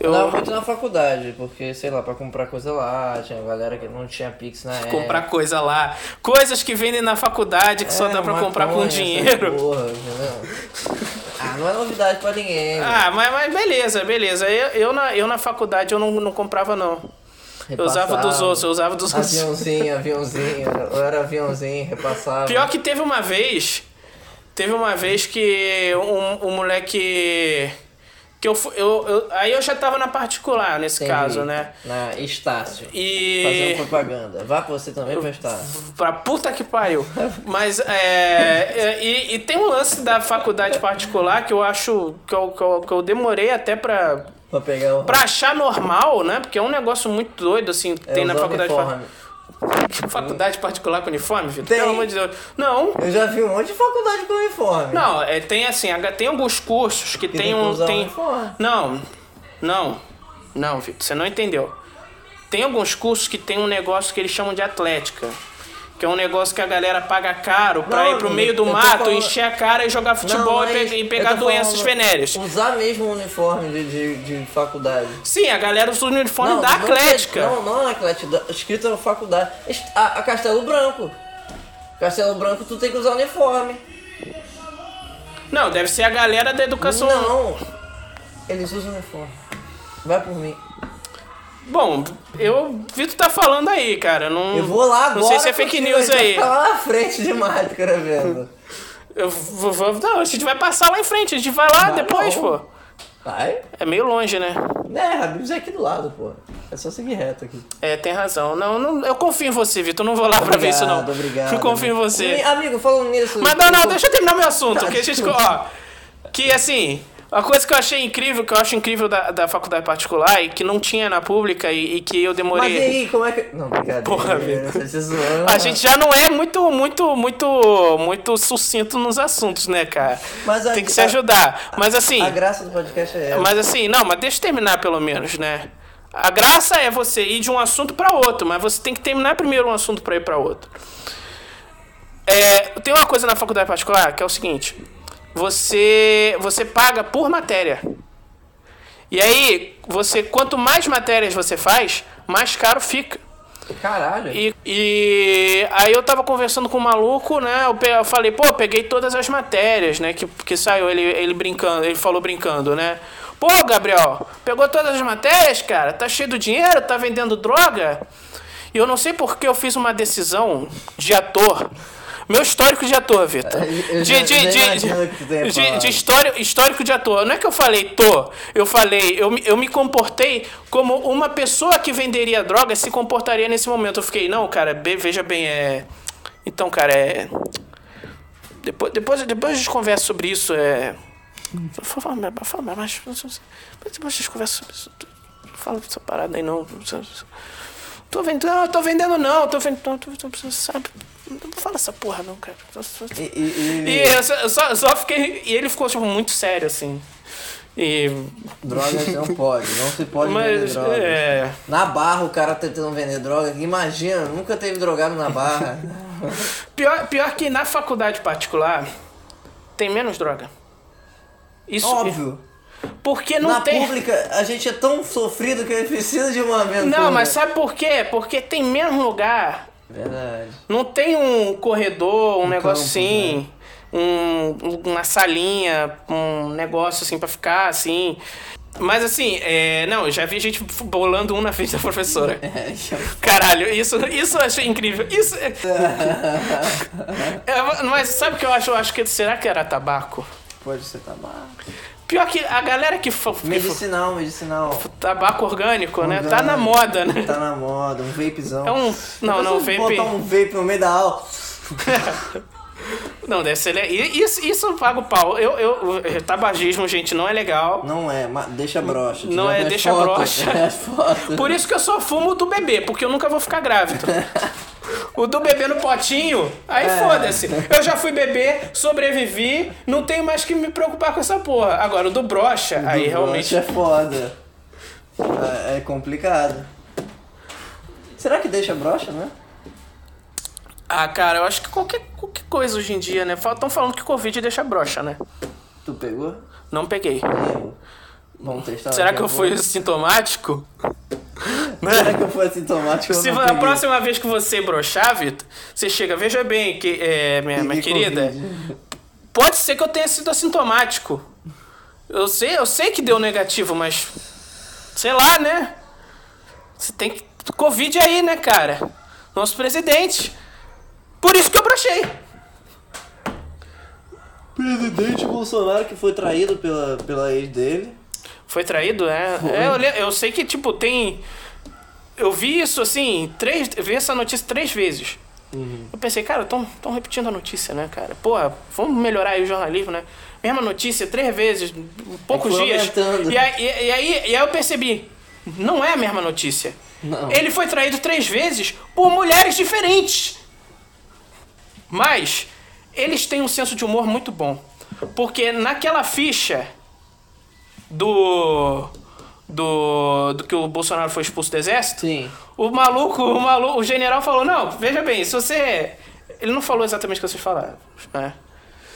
eu
Não, muito na faculdade, porque, sei lá, pra comprar coisa lá, tinha galera que não tinha Pix na época.
comprar coisa lá. Coisas que vendem na faculdade que só
É,
dá pra comprar com
maconha,
dinheiro.
essa Porra, entendeu? ah, não é novidade pra ninguém.
Ah, mas, mas beleza, beleza. Eu, eu, na, eu na faculdade eu não, não comprava, não.
É
Eu usava dos outros, eu usava dos
Assim,
outros.
Aviãozinho, aviãozinho, eu era aviãozinho, repassava.
Pior que teve uma vez. Teve uma vez que um, um moleque. Que eu, fu- eu, eu- Aí eu já tava na particular nesse
Entendi.
caso, né?
Na Estácio.
E.
Fazendo propaganda. Vá pra você também pra Estácio.
Pra puta que pariu. Mas é. é, e, e tem um lance da faculdade particular que eu acho que eu, que eu, que eu demorei até pra
Pra pegar o.
Pra achar normal, né? Porque é um negócio muito doido, assim, que
é,
tem
os
na faculdade.
uniforme.
Faculdade particular com uniforme, Vitor?
Tem.
Pelo amor de Deus. Não.
Eu já vi um monte de faculdade com uniforme.
Não, é, tem assim, aga- tem alguns cursos que tem
tem que
um.
usar
Tem...
uniforme.
Não, não, não, Vitor, você não entendeu. Tem alguns cursos que tem um negócio que eles chamam de atlética. Que é um negócio que a galera paga caro pra
Não,
ir pro
amigo,
meio do
eu tô
mato,
falando-
encher a cara e jogar futebol e,
mas
pe- e
eu
pegar
tô
doenças
falando,
venéreas.
Usar mesmo o uniforme de, de, de faculdade.
Sim, a galera usa o uniforme da atlética.
Não, não na Atlética, da- escrito na faculdade. Est- A, a Castelo Branco. Castelo Branco tu tem que usar uniforme.
Não, deve ser a galera da educação.
Não. Eles usam uniforme. Vai por mim.
Bom, eu. Vitor tá falando aí, cara. Não,
Eu vou lá agora.
Não sei se é fake
contigo, a
news
gente vai
aí.
ficar lá na frente demais, do cara vendo.
Eu vou, vou- não, a gente vai passar lá em frente, a gente vai lá
Vai
depois,
não.
pô.
Vai.
É meio longe, né?
Né, Habibs é aqui do lado, pô. É só seguir reto aqui.
É, tem razão. Não, não eu confio em você, Vitor. Não vou lá pra ver isso, não.
Obrigado, obrigado.
Eu confio em você.
Mi- Amigo, falando nisso. tipo,
Mas não, não, deixa eu terminar meu assunto.
Tá,
que a gente. Ó,
desculpa.
que assim. A coisa que eu achei incrível, que eu acho incrível da, da faculdade particular e que não tinha na pública e, e que eu
Mas
demorei.
e aí, como é que. Não, brincadeira.
Porra,
velho.
Vitor.
Você se zoando.
A gente já não é muito, muito, muito, muito sucinto nos assuntos, né, cara?
Mas a-
Tem que se
a-
ajudar. Mas assim.
A graça do podcast é essa.
Mas assim, não, mas deixa eu terminar pelo menos, né? A graça é você ir de um assunto pra outro, mas você tem que terminar primeiro um assunto pra ir pra outro. É, tem uma coisa na faculdade particular que é o seguinte: você você paga por matéria. E aí, você quanto mais matérias você faz, mais caro fica.
Caralho.
E, e aí eu tava conversando com o maluco, né? Eu, pe- eu falei, pô, peguei todas as matérias, né? Que, que saiu ele, ele brincando, ele falou brincando, né? Pô, Gabriel, pegou todas as matérias, cara? Tá cheio do dinheiro? Tá vendendo droga? E eu não sei por que eu fiz uma decisão de ator. Meu histórico de ator, Vitor.
Eu
De,
já-
de, de,
já imagino o que tu tenha
de-
falado.
de histórico, histórico de ator. Não é que eu falei tô, eu falei, eu, me- eu me comportei como uma pessoa que venderia droga se comportaria nesse momento. Eu fiquei, não, cara, be- veja bem, é. Então, cara, é. Depois, depois, depois a gente conversa sobre isso, é.
Hum.
Fala mais, fala mais, mas depois a gente conversa sobre isso. Não fala essa parada aí, não. Tô vendendo, não, tô vendendo não, tô vendendo, não, tô, tô, sabe? Não fala essa porra não, cara.
E, e- e-
E eu só, eu só, eu só fiquei. E ele ficou, tipo, muito sério, assim. E.
Drogas não pode, não se pode vender
Mas.
drogas.
É.
Na barra o cara tá tentando vender droga, imagina, nunca teve drogado na barra.
Pior, pior que na faculdade particular tem menos droga. Isso.
Óbvio.
Porque não
na
tem.
pública a gente é tão sofrido que precisa de uma aventura.
Não, mas sabe por quê? Porque tem menos lugar.
Verdade.
Não tem um corredor, um, negócio
campo,
assim.
né?
um- uma salinha, um negócio assim pra ficar assim. Mas assim, é, não, eu já vi gente bolando um na frente da professora.
É, isso
Caralho, isso, isso eu achei incrível. Isso. é- É, mas sabe o que eu acho? Eu acho que será que era tabaco?
pode ser tabaco.
Pior que a galera que. fa- que fa-
Medicinal, medicinal.
tabaco orgânico, né? Tá na moda, né?
Tá na moda, um vapezão.
É um. Não, não,
Depois eu
vape.
botar um vape no meio da aula.
Não, deve ser. le- i- Isso, isso eu pago pau. Eu, eu, eu- tabagismo, gente, não é legal.
Não é, mas deixa broxa.
Não é, deixa broxa. Por isso que eu só fumo o do bebê, porque eu nunca vou ficar grávido. O do bebê no potinho, aí foda-se. Eu já fui bebê, sobrevivi, não tenho mais que me preocupar com essa porra. Agora, o do brocha, aí realmente.
é foda. É, é complicado. Será que deixa broxa, né?
Ah, cara, eu acho que qualquer, qualquer coisa hoje em dia, né? Estão falando que Covid deixa brocha, né?
Tu pegou?
Não peguei.
Eu. Vamos testar.
Será
daqui
que é
a
eu
pouco.
fui sintomático?
Será que eu fui assintomático?
Se
eu não
a
peguei?
próxima vez que você broxar, Vitor, você chega, veja bem, que, é, minha, minha
Peguei
querida,
Covid.
pode ser que eu tenha sido assintomático. Eu sei, eu sei que deu negativo, mas. Sei lá, né? Você tem que. Covid aí, né, cara? Nosso presidente. Por isso que eu brochei.
Presidente Bolsonaro que foi traído pela, pela ex dele.
Foi traído, é? É, eu, le- eu sei que, tipo, tem. Eu vi isso assim, três. Eu vi essa notícia três vezes.
Uhum.
Eu pensei, cara, estão repetindo a notícia, né, cara? Porra, vamos melhorar aí o jornalismo, né? Mesma notícia três vezes, em poucos
foi
dias.
aumentando.
E aí, e- e aí- e aí eu percebi, não é a mesma notícia.
Não.
Ele foi traído três vezes por mulheres diferentes. Mas eles têm um senso de humor muito bom. Porque naquela ficha do. do. do que o Bolsonaro foi expulso do exército,
Sim.
o maluco, o maluco, o general falou, não, veja bem, se você. Ele não falou exatamente o que vocês falaram, né?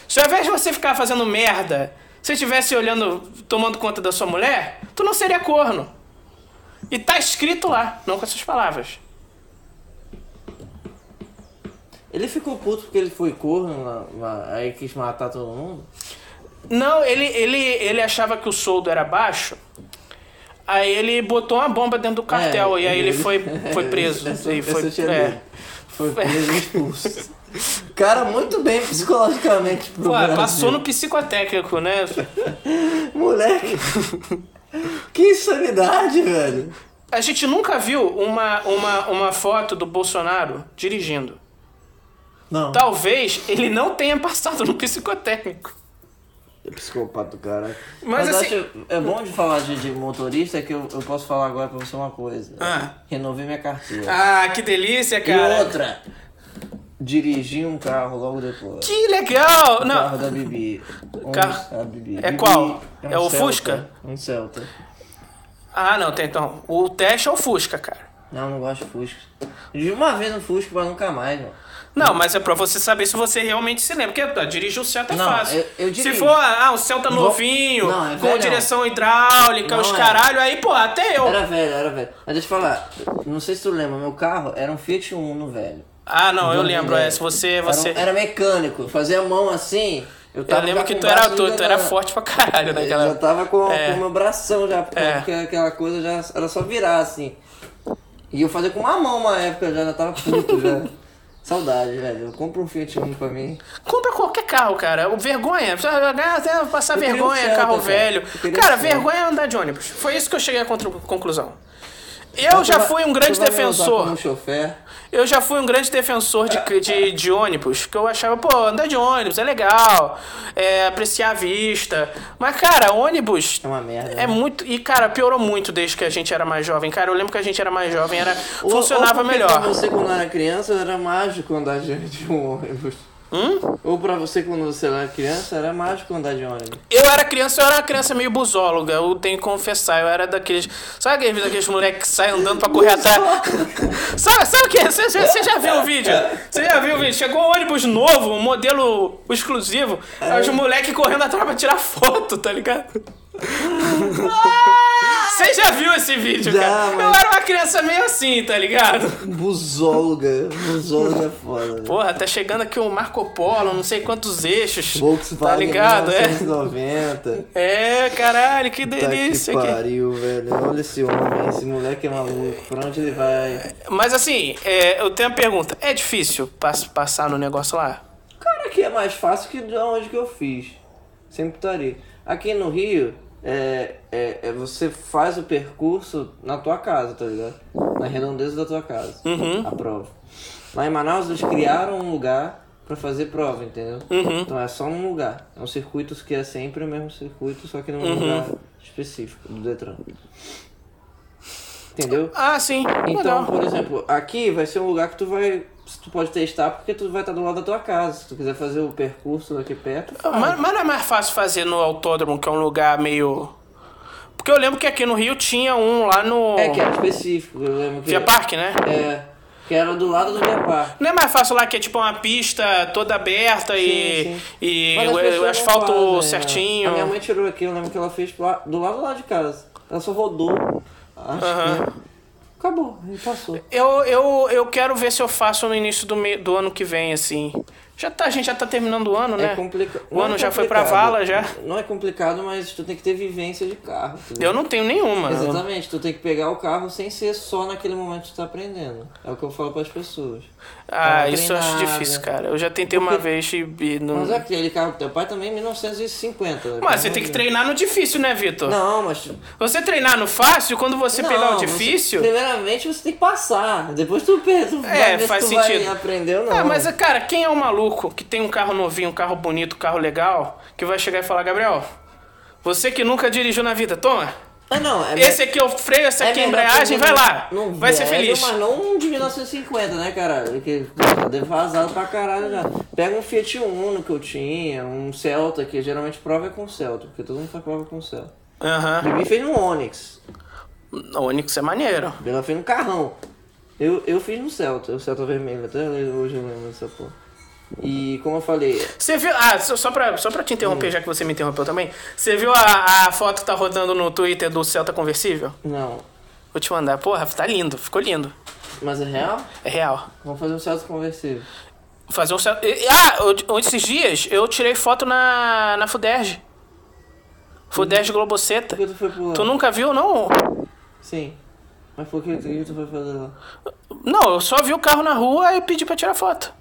Se ao invés de você ficar fazendo merda, se estivesse olhando, tomando conta da sua mulher, tu não seria corno. E tá escrito lá, não com essas palavras.
Ele ficou puto porque ele foi corno lá, lá, aí quis matar todo mundo.
Não, ele, ele, ele achava que o soldo era baixo. Aí ele botou uma bomba dentro do cartel
É,
e aí ele foi, foi preso.
Essa-
e foi,
essa eu tinha
é.
lido. Foi preso e expulso. Cara, muito bem psicologicamente pro
Pô, é,
Brasil.
passou no psicotécnico, né?
Moleque. que insanidade, velho.
A gente nunca viu uma, uma, uma foto do Bolsonaro dirigindo.
Não.
Tá- Talvez ele não tenha passado no psicotécnico.
É psicopata do cara.
Mas
Mas,
assim-
acho, é bom de falar de, de motorista que eu, eu posso falar agora pra você uma coisa.
Ah.
Renovei minha carteira.
Ah, que delícia,
e
cara.
outra. Dirigi um carro logo depois.
Que legal!
O carro
Não,
da Bibi. Um,
Carro-
a Bibi.
é
Bibi
qual?
um
É o
Celta,
Fusca?
Um Celta.
ah, não, tem então. O teste é o Fusca, cara.
Não, não gosto de Fusca. De uma vez no Fusca, mas nunca mais, mano.
Não, mas é pra você saber se você realmente se lembra. Porque ó, dirigir o Celta é
Não,
fácil.
eu- eu
se
dirijo.
for, ah, o Celta novinho,
Não, é
com
velhão.
direção hidráulica,
Não
os
é.
caralho, aí, pô, até eu.
Era velho, era velho. Mas deixa eu falar, não sei se tu lembra, meu carro era um Fiat Uno, velho.
Ah, não, eu
Não,
lembro.
velho.
É, se você.
Era um-
você...
Era, mecânico, eu fazia a mão assim. Eu, tava
eu lembro
já
que
com
tu era,
braço
tu,
já
tu era
na-
forte pra caralho né,
Eu
naquela.
já tava com,
É.
com o meu bração já, porque
É.
porque aquela coisa já era só virar assim. E eu fazia com uma mão uma época, eu já, já tava puto já. Saudade, velho. Compra um Fiat Uno pra mim.
Compra qualquer carro, cara. O Vergonha. Precisa ganhar até passar
Eu queria
vergonha,
um Celta,
carro
cara.
velho.
Eu queria
Cara,
um Celta.
vergonha é andar de ônibus. Foi isso que eu cheguei à contru- conclusão. Eu
Mas Então, tu
já
vai-
fui um
tu
grande
vai me usar
defensor.
Como chofer.
Eu já fui um grande defensor de, de, de ônibus, que eu achava, pô, andar de ônibus é legal, é, apreciar a vista. Mas, cara, ônibus.
É uma merda,
É
né?
muito. E, cara, piorou muito desde que a gente era mais jovem. Cara, eu lembro que a gente era mais jovem, era,
Ou-
funcionava
ou porque
melhor.
Pra você quando era criança era mágico andar de, de um ônibus.
Hum?
Ou pra você quando você era criança era mágico andar de ônibus.
Eu era criança, eu era uma criança meio busóloga, eu tenho que confessar, eu era daqueles. Sabe aqueles, daqueles moleques que saem andando pra correr atrás? sabe, sabe o que? Você já, você já viu o vídeo?
É.
Você já viu o vídeo? Chegou um ônibus novo, um modelo exclusivo,
É.
aí os moleques correndo atrás pra tirar foto, tá ligado? Você já viu esse vídeo,
Ah! Já,
cara?
mas-
Eu era uma criança meio assim, tá ligado?
Busóloga, busóloga é foda. né?
Porra, tá chegando aqui o Marco Polo, não sei quantos eixos. tá
Volkswagen
ligado? É.
1990.
É, caralho, que
Tá
delícia.
que
que-
pariu, velho. Olha esse homem, esse moleque é maluco. Pra onde ele vai?
Mas assim, é, eu tenho uma pergunta. É difícil pass- passar no negócio lá?
Cara, aqui é mais fácil que de onde que eu fiz. Sem putaria. Aqui no Rio, é, é, é você faz o percurso na tua casa, tá ligado? Na redondeza da tua casa. A prova. Lá em Manaus, eles criaram um lugar pra fazer prova, entendeu? Então é só um lugar. É um circuito que é sempre o mesmo circuito, só que num lugar específico do Detran. Entendeu?
Ah, sim.
Então,
Legal.
por exemplo, aqui vai ser um lugar que tu vai. Tu pode testar porque tu vai estar do lado da tua casa. Se tu quiser fazer o percurso daqui perto. faz.
Mas, mas não é mais fácil fazer no autódromo, que é um lugar meio. Porque eu lembro que aqui no Rio tinha um lá no.
É que era específico, eu lembro que.
Via Parque, né?
É. Que era do lado do Via Parque.
Não é mais fácil lá que é tipo uma pista toda aberta e,
Sim, sim.
e
Mas as
o, o
pessoas não
asfalto
fazem, né?
certinho.
A minha mãe tirou aqui, eu lembro que ela fez lá- do lado lá de casa. Ela só rodou. Acho
Aham. É.
que. Acabou, e passou.
Eu, eu, eu quero ver se eu faço no início do, me- do ano que vem, assim. Já tá, a gente já tá terminando o ano, né?
É complica-
O
não é
ano já foi pra
complicado.
vala, já.
Não é complicado, mas tu tem que ter vivência de carro. tu-
Eu não tenho nenhuma.
Exatamente, tu tem que pegar o carro sem ser só naquele momento que tu tá aprendendo. É o que eu falo pras pessoas.
Ah,
Não
isso eu
tem
acho
nada.
difícil, cara. Eu já tentei uma vez e- e não.
Mas é
Mas,
aquele carro do teu pai também é 1950. né?
você tem que
Pelo
treinar no difícil, né, Vitor?
amor de Deus. Não, mas. tu-
Você treinar no fácil, quando você
não,
pegar o
você-
difícil.
primeiramente você tem que passar. Depois tu pensa. tu vai
É,
ver se
faz
tu
sentido.
Vai aprender ou não.
Ah, mas, cara, quem é o maluco que tem um carro novinho, um carro bonito, um carro legal, que vai chegar e falar, Gabriel, você que nunca dirigiu na vida, toma.
Ah, não, é
Esse aqui é o freio, essa
É
aqui é a
melhor
embreagem,
todo
vai
mundo
lá.
num
Vai ser
velho,
feliz.
Mas não um de 1950, né, caralho? Que devasado pra caralho já. Pega um Fiat Uno que eu tinha, um Celta, que geralmente prova é com Celta, porque todo mundo faz prova com Celta.
Aham.
Bibi fez no Onix,
O Onix é maneiro.
Bela fez no carrão. Eu, eu fiz no Celta, o Celta vermelho, até hoje eu lembro dessa porra. E como eu falei,
Você viu. Ah, só, só, pra, só pra te
Hum.
interromper, já que você me interrompeu também. Você viu a, a foto que tá rodando no Twitter do Celta Conversível?
não,
Vou te mandar. Porra, tá lindo, ficou lindo.
mas é real?
É real.
Vamos fazer um Celta conversível.
Fazer um. Celta- e- Ah, eu- esses dias eu tirei foto na, na Fuderj. Fuderj Globoceta.
Por que tu foi pro.
Tu nunca viu, não?
Sim. Mas por que, que tu foi fazer lá?
Não, eu só vi o carro na rua e pedi pra tirar foto.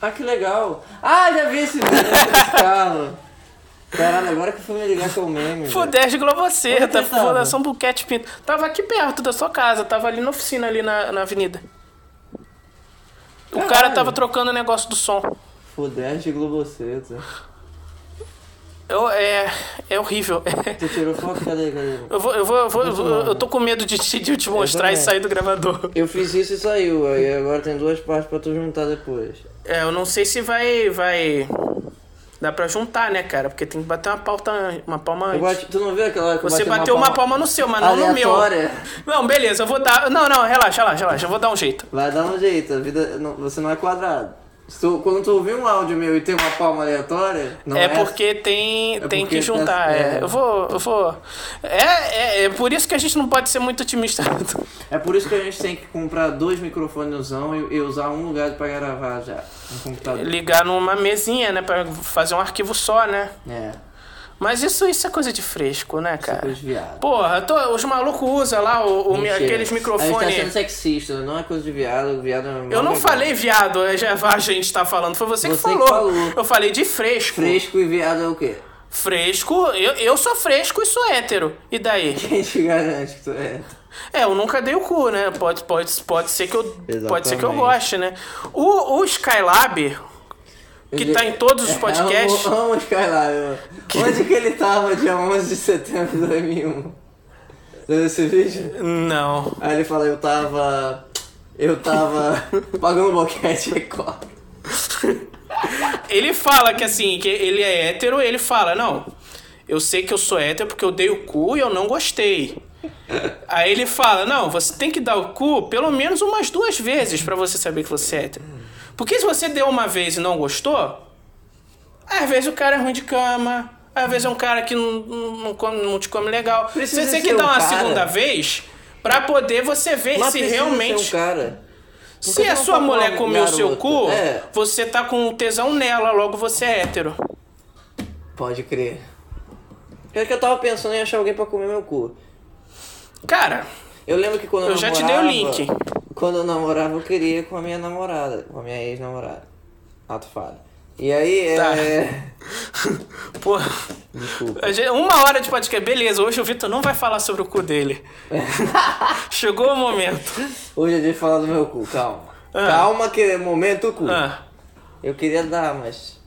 Ah, que legal. Ah, já vi esse vídeo desse carro. Caralho, agora que eu fui me ligar com o meme. velho.
Fuderj Globoceta,
Onde você tava?
Fundação Buquete Pinto. Tava aqui perto da sua casa, tava ali na oficina, ali na, na avenida. O cara
Caralho.
tava trocando o negócio do som.
Fudeste Globoceta.
Eu, é, é horrível.
Tu tirou foto? Cadê, cadê?
Eu vou, eu vou, eu vou, eu, vou- eu tô com medo de te, de te mostrar e
também.
sair do gravador.
Eu fiz isso e saiu, aí agora tem duas partes pra tu juntar depois.
É, eu não sei se vai. vai. Dá pra juntar, né, cara? Porque tem que bater uma pauta, uma palma
Eu
antes.
bati- tu não viu aquela hora que eu
Você
bati uma
bateu uma
palma
palma no seu, mas Ah, não no meu.
aleatória?
Não, beleza, eu vou dar. Não, não, relaxa, relaxa, relaxa. Eu vou dar um jeito.
Vai dar um jeito, a vida. não- você não é quadrado. Se tu- quando tu ouvir um áudio meu e tem uma palma aleatória, não é.
é porque tem, tem
porque
que juntar.
tá-
É.
é.
Eu vou. Eu vou. É, é, é por isso que a gente não pode ser muito otimista.
É por isso que a gente tem que comprar dois microfones e, e usar um lugar pra gravar já. Um computador.
Ligar numa mesinha, né? Pra fazer um arquivo só, né?
É,
Mas isso, isso é coisa de fresco, né, cara?
depois viado.
Porra, eu tô- os malucos usam lá o, o-
Mentira.
aqueles
A gente tá sendo
microfones.
sexista, não é coisa de viado, viado é
Eu não
legal.
falei viado, é, já a gente tá falando, foi você, que,
Você que
falou.
falou.
Eu falei de fresco.
Fresco e viado é o quê?
Fresco, eu, eu sou fresco e sou hétero. E daí?
Quem te garante que tu é?
É, eu nunca dei o cu, né? Pode, pode, pode, ser, que eu, pode ser que eu
Exatamente.
goste, né? O, o Skylab, que tá em todos os podcasts,
Eu amo É, o Skylab, mano. Onde que ele tava dia 11 de setembro de 2001? Lembra desse vídeo?
não.
Aí ele fala, eu tava... Eu tava pagando boquete Record.
Ele fala que assim, que ele é hétero, ele fala, não, eu sei que eu sou hétero porque eu dei o cu e eu não gostei. Aí ele fala, não, você tem que dar o cu pelo menos umas duas vezes pra você saber que você é hétero. Porque se você deu uma vez e não gostou, às vezes o cara é ruim de cama, às vezes é um cara que não, não, não come- não te come legal.
Precisa
você tem
ser
que dar
um
uma
cara.
segunda vez pra poder você ver
Mas
se
precisa
realmente...
ser um cara. Porque
Se
não
a sua
tá com
mulher
uma
comeu o seu
garota.
cu,
É,
você tá com tesão nela, logo você é hétero.
pode crer. É que eu tava pensando em achar alguém pra comer meu cu.
Cara,
Eu lembro que quando eu,
Eu já te
namorava-
dei o link.
Quando eu namorava, eu queria com a minha namorada, com a minha ex-namorada. Ato falho. E aí,
Tá.
é.
pô,
Desculpa.
a gente- uma hora de podcast. Beleza, hoje o Vitor não vai falar sobre o cu dele. Chegou o momento.
Hoje é dia de falar do meu cu, calma.
Ah.
Calma que é momento cu.
Ah,
Eu queria dar, mas.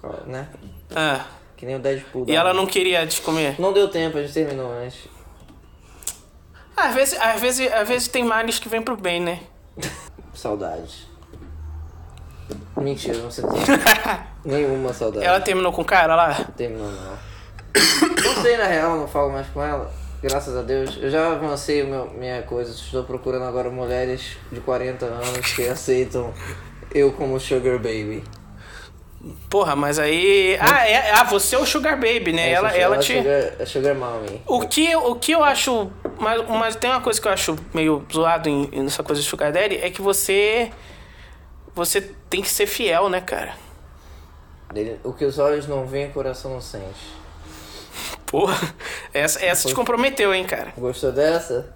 calma, Né?
ah.
Que nem o Deadpool.
E
dá.
ela não queria te comer.
Não deu tempo, a gente terminou antes.
Às vezes, às vezes, às vezes tem males que vêm pro bem, né?
Saudades. Mentira, não sei. Nenhuma saudade.
Ela terminou com o cara lá?
Terminou não. Não sei, na real, não falo mais com ela. Graças a Deus. Eu já avancei o meu- minha coisa. Estou procurando agora mulheres de 40 anos que aceitam eu como sugar baby.
Porra, mas aí. Ah, é, ah você é o Sugar Baby, né? ela,
Essa
ela
é
te.
Sugar, é sugar mommy.
O que, o que eu acho. Mas, mas tem uma coisa que eu acho meio zoado em- nessa coisa de Sugar Daddy é que você. você tem que ser fiel, né, cara?
Ele- O que os olhos não veem, o coração não sente.
Porra, essa, essa te comprometeu, hein, cara?
Gostou dessa?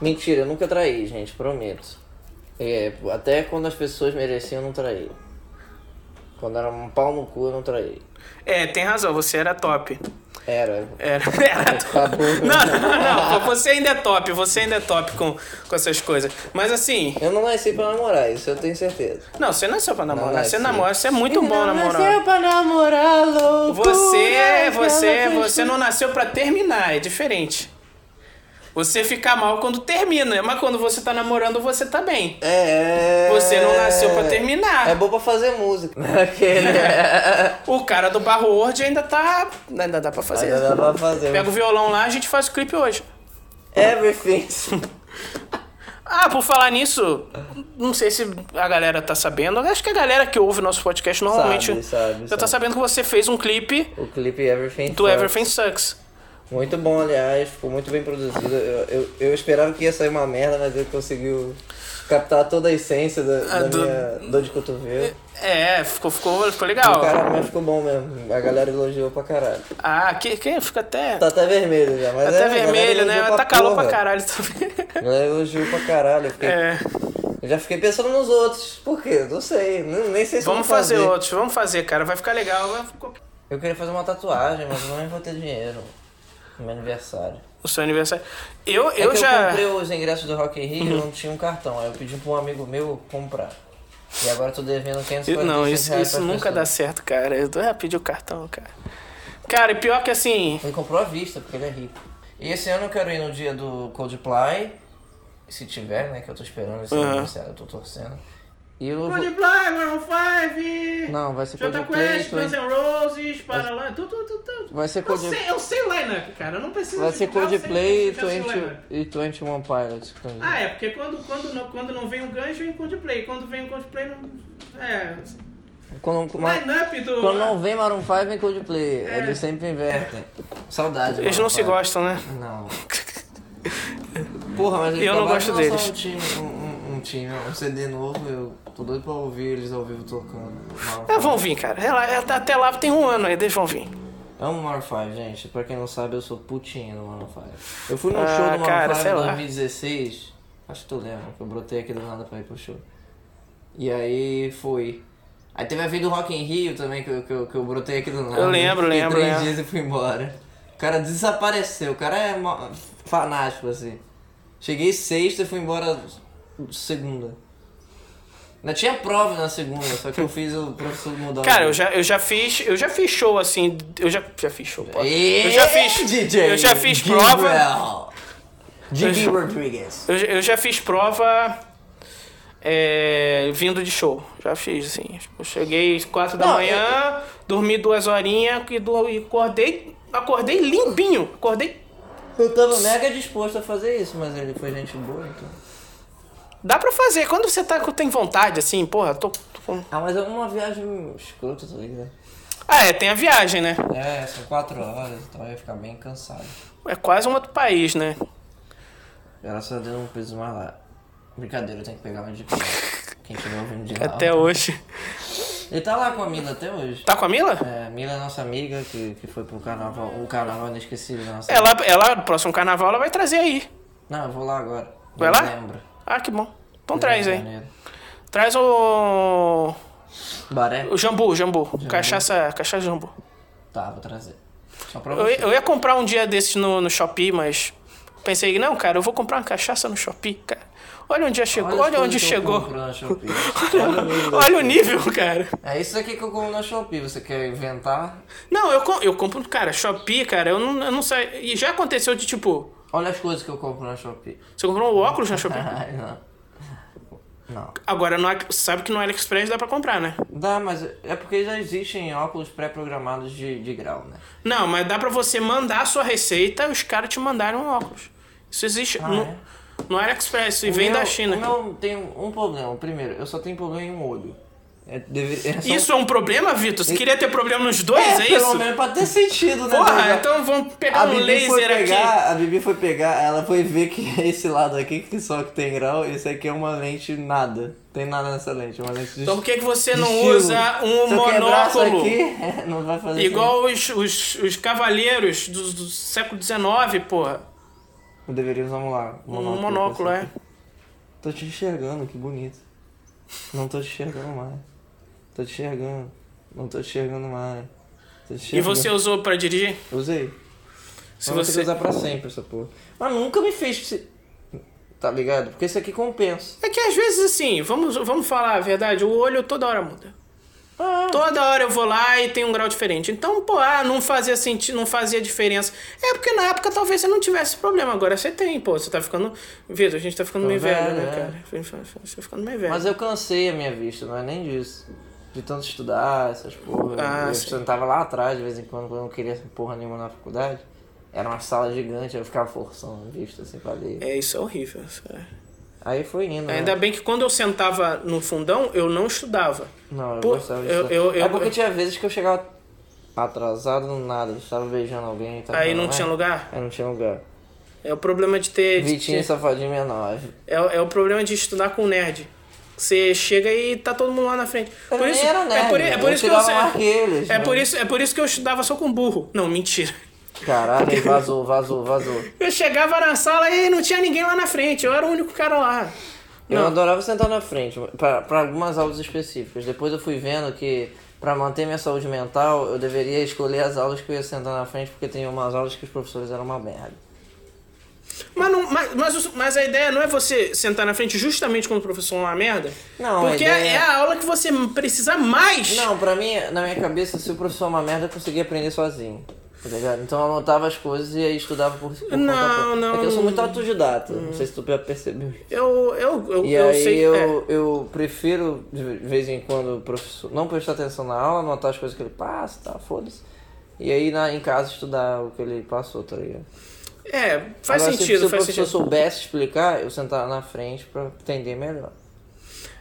Mentira, eu nunca traí, gente, prometo. É, até quando as pessoas mereciam, eu não traí. Quando era um pau no cu, eu não traí.
É, tem razão, você era top.
Era.
Era, era top.
Acabou.
Não, não, não, você ainda é top, você ainda é top com, com essas coisas. Mas assim,
Eu não nasci pra namorar, isso eu tenho certeza.
não, você nasceu pra namorar,
Não,
você
nasci.
namora, você é muito bom namorando.
Nasceu pra namorar, louco.
Você,
é
você, você não nasceu pra terminar, é diferente. Você fica mal quando termina, mas quando você tá namorando, você tá bem.
É.
Você não nasceu pra terminar.
É bom pra fazer música. Aquele. é.
O cara do Barro Word ainda tá. Ainda dá pra fazer.
Ainda dá pra fazer.
Pega o violão lá, a gente faz o clipe hoje.
Everything.
Ah, por falar nisso, não sei se a galera tá sabendo. Acho que a galera que ouve nosso podcast normalmente
Sabe, sabe,
já tá
sabe.
sabendo que você fez um clipe
O clipe Everything.
do
Sucks.
Everything Sucks.
Muito bom, aliás, ficou muito bem produzido. Eu, eu, eu esperava que ia sair uma merda, mas ele conseguiu captar toda a essência da,
Ah,
da
do-
minha dor de cotovelo.
É, ficou, ficou, ficou
O
legal.
cara, mas ficou bom mesmo. A galera elogiou pra caralho.
Ah, que, que fica até.
Tá até vermelho já, mas
até
é, a galera
vermelho, né?
elogiou
Mas Tá calor pra
porra.
caralho também.
A galera elogiou pra caralho. Eu, fiquei-
É,
eu já fiquei pensando nos outros. Por quê? Não sei. Nem, nem sei se
vamos
eu vou
fazer
fazer
outros, vamos fazer, cara. Vai ficar legal. vai ficar-
Eu queria fazer uma tatuagem, mas eu não vou ter dinheiro. No meu aniversário.
O seu aniversário. Eu,
É
eu
que
já.
eu comprei os ingressos do Rock in Rio e não tinha um cartão. Aí eu pedi pra um amigo meu comprar. E agora eu tô devendo 545
Não, isso,
reais
isso
pras
nunca dá
pessoas.
certo, cara. Eu ah, pedi o cartão, cara. Cara, e pior que assim.
Ele comprou à vista, porque ele é rico. E esse ano eu quero ir no dia do Coldplay. Se tiver, né? Que eu tô esperando esse
Aham.
aniversário, eu tô torcendo. E eu vou...
Maroon 5!
Não, vai ser
Jota
Coldplay.
Quest, Guns
Twen-
N' Roses, Paralama, tudo, tudo, tudo.
Vai ser
Eu
Coldplay.
sei, eu sei o lineup, cara, eu não preciso
Vai ser
explicar, eu sei-
Coldplay
eu já sei o lineup.
e 20 e 21 Pilots.
Ah, é, porque quando, quando, não, quando não vem um gancho, vem Coldplay. Quando vem um Coldplay, não. É.
Quando,
O lineup do.
quando não vem Maroon 5, vem Coldplay.
É.
Eles sempre invertem. Saudade.
Eles
Maroon
não se
5.
gostam, né?
Não. Porra, mas eles
Eu não
acabaram
gosto
de lançar
deles.
Um time, um, um- um time, um CD novo, eu tô doido pra ouvir eles ao vivo tocando. Maroon
É,
five.
vão vir, cara. Ela- ela- Até lá tem um ano aí, eles vão vir.
Eu amo É um Maroon 5, gente. Pra quem não sabe, eu sou putinho do Maroon 5. Eu fui num
Ah,
show do
cara,
Maroon 5
sei
em
lá.
2016. Acho que tu lembra, que eu brotei aqui do nada pra ir pro show. E aí fui. Aí teve a vez do Rock in Rio também, que eu, que eu, que eu brotei aqui do nada.
lembro,
Fiquei
lembro,
três
lembro.
dias e fui embora. O cara desapareceu, o cara é ma- fanático, assim. Cheguei sexta e fui embora segunda. Ainda tinha prova na segunda, só que eu fiz o professor mudar. o
Cara,
dia.
eu já, eu já fiz, eu já fiz show assim, eu já, já fiz show. pô.
Eu
Eu já fiz, eu já fiz prova,
Jimmy Rodriguez.
eu, já- eu já fiz prova é, vindo de show, já fiz assim. Eu cheguei às quatro da
Não,
manhã, dormi duas horinhas e, do- e acordei, acordei limpinho, acordei.
Eu tava mega disposto a fazer isso, mas ele foi gente boa, então.
Dá pra fazer quando você tá tem vontade assim, porra, tô, tô com-
Ah, mas é uma viagem escrota, tá ligado?
Ah, é, tem a viagem, né?
É, são quatro horas, então eu ia ficar bem cansado.
É quase um outro país, né?
Graças a Deus eu não preciso um mais lá. Brincadeira, eu tenho que pegar meu diploma. Quem tiver ouvindo de lá. então.
Até hoje.
Ele tá lá com a Mila até hoje.
Tá com a Mila?
É, a Mila é nossa amiga que, que foi pro carnaval, o carnaval inesquecível da nossa
Ela, ela, no próximo carnaval, ela vai trazer aí.
Não, eu vou lá agora.
Vai
Eu
lá?
Lembro.
Ah, que bom. Então traz aí.
Janeiro.
Traz o.
Baré?
O jambu, jambu. Cachaça, cachaça jambu.
Tá, vou trazer. Só pra
Eu,
você.
eu ia comprar um dia desses no, no Shopee, mas. Pensei, não, cara, eu vou comprar uma cachaça no Shopee, cara. Olha onde já chegou, olha,
as coisas
onde
que eu
chegou.
compro na Shopee. então, Olha o nível.
Olha o nível, cara.
É isso aqui que eu compro na Shopee. Você quer inventar?
Não, eu, com- eu compro, cara, Shopee, cara, eu não, eu não sei. E já aconteceu de tipo,
Olha as coisas que eu compro na Shopee.
você comprou um óculos na Shopee?
Ai, não. Não.
Agora, no, Ali- sabe que no AliExpress dá pra comprar, né?
Dá, mas é porque já existem óculos pré-programados de, de grau, né?
Não, mas dá pra você mandar a sua receita e os caras te mandarem um óculos. Isso existe no,
é?
no AliExpress e
O
vem
meu- é
da China.
O meu tem um problema. Primeiro, eu só tenho problema em um olho. É, deve- é só- um-
Isso é um problema, Vitor? Você queria ter problema nos dois, é,
pelo
isso?
menos pra ter sentido, né?
Porra,
Daniel?
então vamos pegar
A
um
Bibi foi
laser
pegar,
aqui.
a Bibi foi pegar, ela foi ver que esse lado aqui que só que tem grau, esse aqui é uma lente nada. Tem nada nessa lente, é uma lente de
Então por que, que você não
de estilo.
usa um
Se eu quebrar isso
monóculo?
aqui, é, né, não vai fazer
Igual os, os, os cavaleiros do, do século XIX, porra.
sentido. Eu deveria usar um lá-
Um monóculo, é.
Tô te enxergando, que bonito. Não tô te enxergando mais. Tô te enxergando. Não tô te enxergando mais.
E
Tô te enxergando.
você usou pra dirigir?
Usei.
Se
Mas você...
você...
usar pra sempre essa porra. Mas nunca me fez... se- Tá ligado? Porque isso aqui compensa.
É que às vezes, assim, vamos, vamos falar a verdade, o olho toda hora muda.
Ah,
Toda hora eu vou lá e tem um grau diferente. Então, pô, ah, não fazia sentido, não fazia diferença. É porque na época talvez você não tivesse problema, agora você tem, pô. Você tá ficando. Vitor, a gente tá ficando
Tô
meio velho,
velho,
né,
é.
cara? Você tá ficando meio velho.
Mas eu cansei a minha vista, não é nem disso. De tanto estudar, essas porra.
Ah,
eu
sim.
sentava lá atrás, de vez em quando, quando eu não queria porra nenhuma na faculdade. Era uma sala gigante, eu ficava forçando a vista, assim, pra ler.
É, isso é horrível. isso é.
Aí foi indo, né?
Ainda bem que quando eu sentava no fundão, eu não estudava.
Não, eu
Pô,
gostava de
eu-
estudar.
eu-
É
eu-
porque tinha vezes que eu chegava atrasado no nada, eu estava beijando alguém e tal.
Aí não tinha lugar.
Aí não tinha lugar.
É o problema de ter. de
Vitinho
ter-
e safadinho menor.
É, é o problema de estudar com nerd. Você chega e tá todo mundo lá na frente.
Eu nem era nerd,
é por, é
eu
por isso que eu
tirava mais que eles,
é
né?
por isso é por isso que eu estudava só com burro. Não, mentira.
Caralho, aí vazou, vazou, vazou.
Eu chegava na sala e não tinha ninguém lá na frente. Eu era o único cara lá.
Eu
Não.
adorava sentar na frente, pra, pra algumas aulas específicas. Depois eu fui vendo que, pra manter minha saúde mental, eu deveria escolher as aulas que eu ia sentar na frente, porque tem umas aulas que os professores eram uma merda.
Mas, não- mas, mas, os- mas a ideia não é você sentar na frente justamente quando o professor é uma merda.
Não, a
Porque
ideia-
é a aula que você precisa mais.
Não, pra mim, na minha cabeça, se o professor é uma merda, eu conseguia aprender sozinho. Tá ligado? Então eu anotava as coisas e aí estudava por, por
Não,
conta própria.
não. Hum.
É que eu sou muito autodidata, não sei se tu já percebeu.
Eu, eu, eu,
E
eu
aí
sei.
eu,
é.
eu prefiro, de vez em quando, o professor não prestar atenção na aula, anotar as coisas que ele passa, tá, foda-se. E aí na, em casa estudar o que ele passou, tá ligado?
É, faz
Agora, se, se
sentido,
o
faz
professor
sentido.
soubesse explicar, eu sentar na frente pra entender melhor.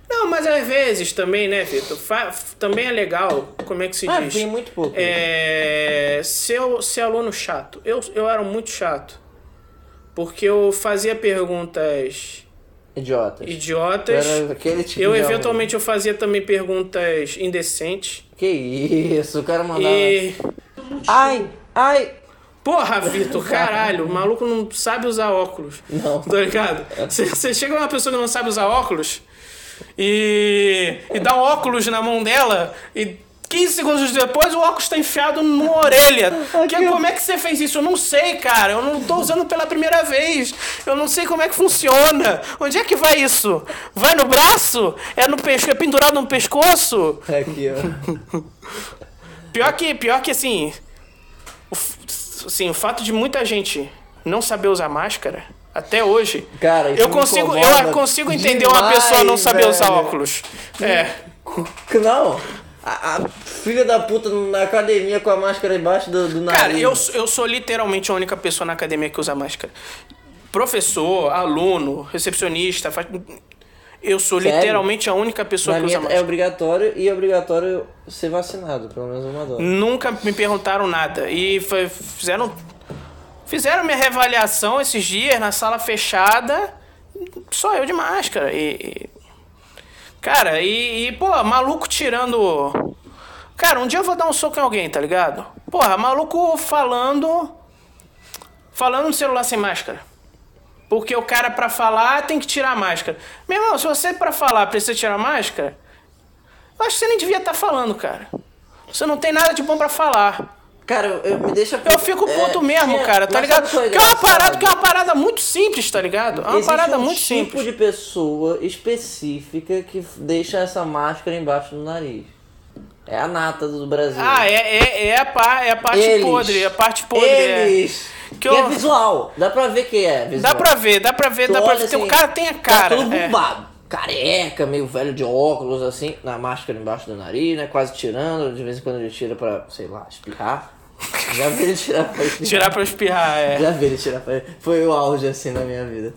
Não, mas às vezes também, né, Vitor? Fa- Também é legal, como é que se
Ah,
diz?
tem muito pouco.
É, ser, ser aluno chato. Eu, eu era muito chato. Porque eu fazia perguntas
Idiotas.
idiotas.
Era aquele tipo
eu
de aluno.
eventualmente eu fazia também perguntas indecentes.
Que isso, o cara mandava.
E.
Ai, ai!
Porra, Vitor, caralho, o maluco não sabe usar óculos.
Não.
Tá ligado? Você chega uma pessoa que não sabe usar óculos e, e dá um óculos na mão dela e 15 segundos depois o óculos tá enfiado numa orelha. Que, como é que você fez isso? Eu não sei, cara. Eu não tô usando pela primeira vez. Eu não sei como é que funciona. Onde é que vai isso? Vai no braço? É no pescoço? É pendurado no pescoço?
É aqui, ó.
Pior que, pior que assim, o, f- assim, o fato de muita gente não saber usar máscara até hoje.
Cara, isso
eu
me
consigo,
incomoda
eu consigo entender uma
demais,
pessoa não saber usar
velho.
óculos. É.
Que Não! A, a filha da puta na academia com a máscara embaixo do, do nariz.
Cara, eu, sou- eu sou literalmente a única pessoa na academia que usa máscara. Professor, aluno, recepcionista, fa- eu sou
Sério?
literalmente a única pessoa
Na
que
minha
usa
é
máscara.
obrigatório e é obrigatório ser vacinado, pelo menos uma dose.
Nunca me perguntaram nada. E fa- fizeram. Fizeram minha reavaliação esses dias na sala fechada. Só eu de máscara. E. e- Cara, e, e, pô, maluco tirando. Cara, um dia eu vou dar um soco em alguém, tá ligado? Porra, maluco falando. Falando no celular sem máscara. Porque o cara, pra falar, tem que tirar a máscara. Meu irmão, se você, pra falar, precisa tirar a máscara, eu acho que você nem devia estar falando, cara. Você não tem nada de bom pra falar.
Cara, eu, eu- me deixa.
Eu fico puto mesmo,
tinha-
cara, tá
É, mas
ligado?
sabe qual
Que é uma
engraçado?
parada, que é uma parada muito simples, tá ligado? É uma
Existe
parada
um
muito
tipo
simples.
de pessoa específica que f- deixa essa máscara embaixo do nariz. É a nata do Brasil.
Ah, é, é, é, a par, é a parte
Eles.
podre, é a parte podre. é.
Eles.
Que
Que
eu-
é visual. Dá pra ver que é visual.
Dá pra ver, dá pra ver,
Tu
dá pra
olha
ver. Tem- O
assim,
cara tem a
Tá
cara.
todo
é.
bombado. Careca, meio velho de óculos, assim, na máscara embaixo do nariz, né? Quase tirando. De vez em quando ele tira pra, sei lá, espirrar. Já vi ele tirar pra espirrar.
Tirar pra espirrar, é.
Já vi ele tirar pra Foi o auge, assim, na minha vida.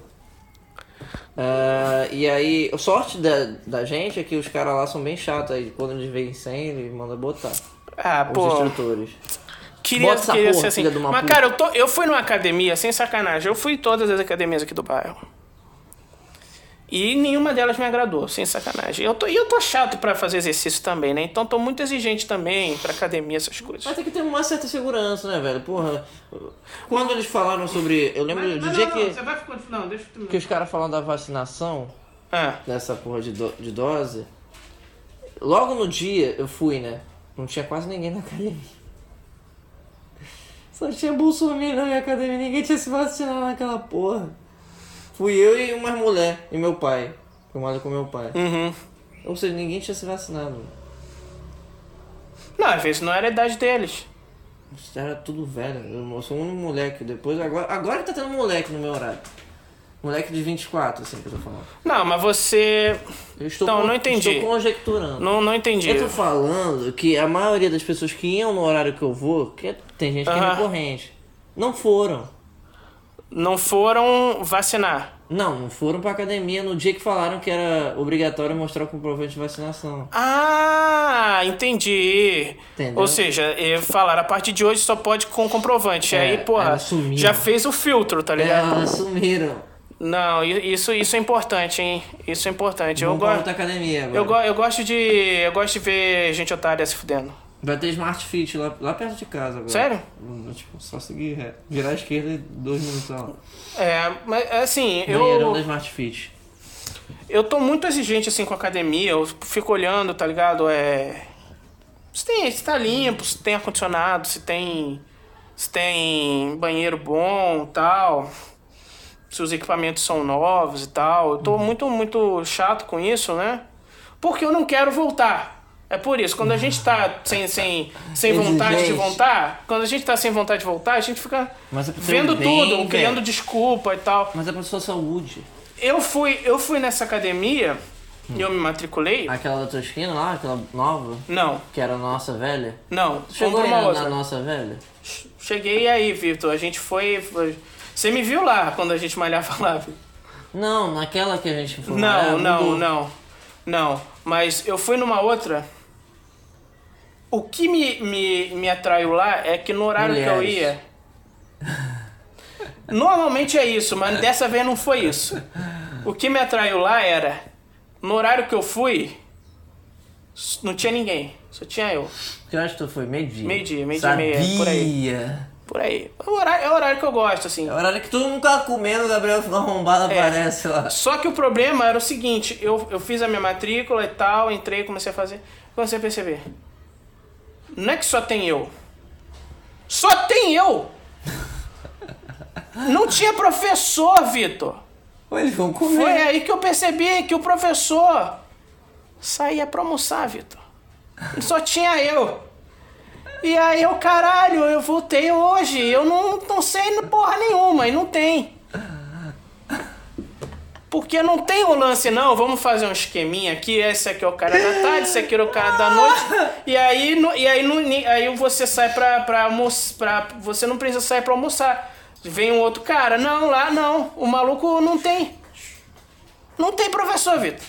Ah, e aí, a sorte da, da gente é que os caras lá são bem chatos. Aí quando eles veem 100, eles mandam botar.
Ah,
Os
pô.
instrutores.
Queria,
Bota essa
queria
porra,
ser assim.
filha de uma
Mas,
puta.
cara, eu, tô- eu fui numa academia, sem sacanagem. Eu fui em todas as academias aqui do bairro. E nenhuma delas me agradou, sem sacanagem. Eu tô, e eu tô chato pra fazer exercício também, né? Então tô muito exigente também pra academia, essas coisas.
Mas tem que ter uma certa segurança, né, velho? Porra. Quando eles falaram sobre. Eu lembro do dia que,
vai ficar. Não, deixa eu
que os caras falaram da vacinação.
Ah,
dessa porra de, do- de dose. Logo no dia eu fui, né? Não tinha quase ninguém na academia. Só tinha bolsominion na minha academia, ninguém tinha se vacinado naquela porra. Fui eu e umas mulher e meu pai. Eu moro com meu pai.
uhum.
Ou seja, ninguém tinha se vacinado.
Não, às vezes não era a idade deles.
Isso Era tudo velho. Eu sou o único moleque depois. Agora, agora que tá tendo moleque no meu horário. Moleque de 24, assim que eu tô falando.
Não, mas você.
Eu estou
Então,
con-
não entendi.
Estou conjecturando.
Não, não entendi.
Eu tô falando que a maioria das pessoas que iam no horário que eu vou, que tem gente que é
Aham.
recorrente, não foram.
Não foram vacinar.
Não, não foram pra academia no dia que falaram que era obrigatório mostrar o comprovante de vacinação.
Ah, entendi.
Entendeu?
Ou seja, eh, falaram, a partir de hoje só pode com comprovante.
É,
aí, porra,
ela sumiu.
já fez o filtro, tá
É,
ligado?
elas sumiram.
Não, i- isso, isso é importante, hein? Isso é importante. Eu,
Vamos pra
go
outra academia agora.
eu, go eu gosto de. Eu gosto de ver gente otária se fudendo.
Vai ter Smart Fit lá, lá perto de casa agora.
Sério?
Hum, Tipo, só seguir reto. Virar à esquerda e dois minutos lá.
É, mas assim,
Banheirão da
eu,
Smart Fit.
eu tô muito exigente assim com a academia, eu fico olhando, tá ligado? É. Se tem, se tá limpo, se tem ar-condicionado, se tem. Se tem banheiro bom tal. Se os equipamentos são novos e tal. Eu
Uhum.
tô muito, muito chato com isso, né? Porque eu não quero voltar. É por isso, quando a gente tá sem, sem, sem vontade de
Exigente.
voltar, quando a gente tá sem vontade de voltar, a gente fica
Mas é pra ser
vendo
bem,
tudo,
velho.
criando desculpa e tal.
Mas é pra sua saúde.
Eu fui, eu fui nessa academia e eu me matriculei.
Aquela da tua esquina lá, aquela nova,
Não,
que era nossa velha.
não.
Chegou
Comprei uma
aí na, na
outra.
nossa velha?
Cheguei aí, Vitor. A gente foi, foi- Você me viu lá quando a gente malhava lá. Vitor.
Não, naquela que a gente foi.
Não,
É,
não,
mudou.
não. Não. Mas eu fui numa outra. O que me, me, me atraiu lá é que no horário que eu
Mulheres.
ia. Normalmente é isso, mas dessa vez não foi isso. O que me atraiu lá era. No horário que eu fui, s- não tinha ninguém. Só tinha eu.
Que horas tu foi? Meio-dia.
Meio-dia, meio-dia e meia, por aí.
Sabia.
Por aí. É o horário, é o horário que eu gosto, assim.
É o horário que tu não tá comendo, o Gabriel fica
É.
arrombado, aparece lá.
Só que o problema era o seguinte, eu, eu fiz a minha matrícula e tal, entrei, comecei a fazer. Comecei a perceber. Não é que só tem eu. Só tem eu! Não tinha professor, Vitor!
Ou eles vão comer.
Foi aí que eu percebi que o professor saía pra almoçar, Vitor. Só tinha eu. E aí eu, caralho, eu voltei hoje. Eu não, não sei porra nenhuma, e não tem. Porque não tem o lance, não. Vamos fazer um esqueminha aqui. Esse aqui é o cara da tarde, esse aqui é o cara da noite. E aí, no- e aí, no- aí você sai pra, pra almoçar. Pra, você não precisa sair pra almoçar. Vem um outro cara. Não, lá não. O maluco não tem. Não tem professor, Vitor.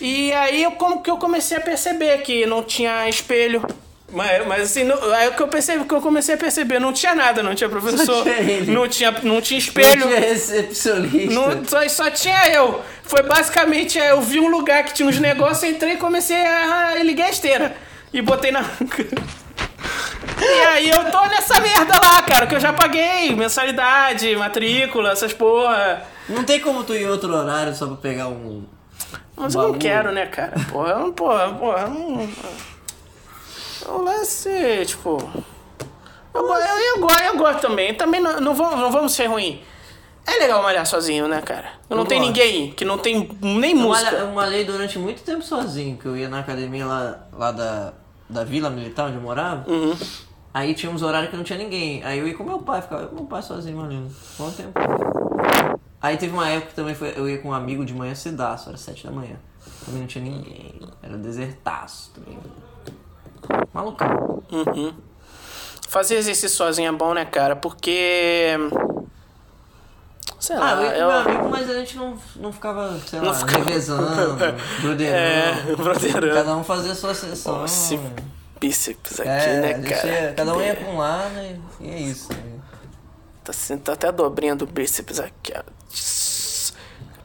E aí eu, como que eu comecei a perceber que não tinha espelho. Mas, mas assim, não, aí o que eu percebi, que eu comecei a perceber, não tinha nada, não tinha professor,
tinha ele.
não tinha, não tinha
Não
espelho,
tinha recepcionista.
não, só, só tinha eu. Foi basicamente, é, eu vi um lugar que tinha uns negócios, entrei e comecei a, a liguei a esteira. E botei na. e aí eu tô nessa merda lá, cara, que eu já paguei mensalidade, matrícula, essas porra.
Não tem como tu ir em outro horário só pra pegar um...
Mas eu não
Bagulho.
quero, né, cara? Porra, eu não- porra, porra, eu não. O lance, tipo. Eu, go- eu, eu, go- eu gosto também. Também não, não, vamos, não vamos ser ruim. É legal malhar sozinho, né, cara? Eu não
Eu
tem
gosto.
ninguém que não tem nem
Eu
música.
malha- eu malhei durante muito tempo sozinho, que eu ia na academia lá, lá da, da Vila Militar, onde eu morava.
Uhum.
Aí tinha uns horários que não tinha ninguém. Aí eu ia com meu pai, ficava eu com meu pai sozinho, malhando. Bom tempo. Aí teve uma época que também foi, eu ia com um amigo de manhã cedaço, era sete da manhã. Também não tinha ninguém. Era desertaço também. Malucão.
Fazer exercício sozinho é bom, né, cara? Porque. Sei
Ah,
lá,
eu,
eu-
meu amigo, mas a gente não, não ficava, sei lá,
ficava-
revezando,
É,
broderando.
broderando.
Cada um fazia a sua sessão.
Esse bíceps aqui,
é, a
né,
gente
cara?
ia- cada um ia pra um lado e, e é isso. né?
Tá, assim, tá até a dobrinha do bíceps aqui, ó.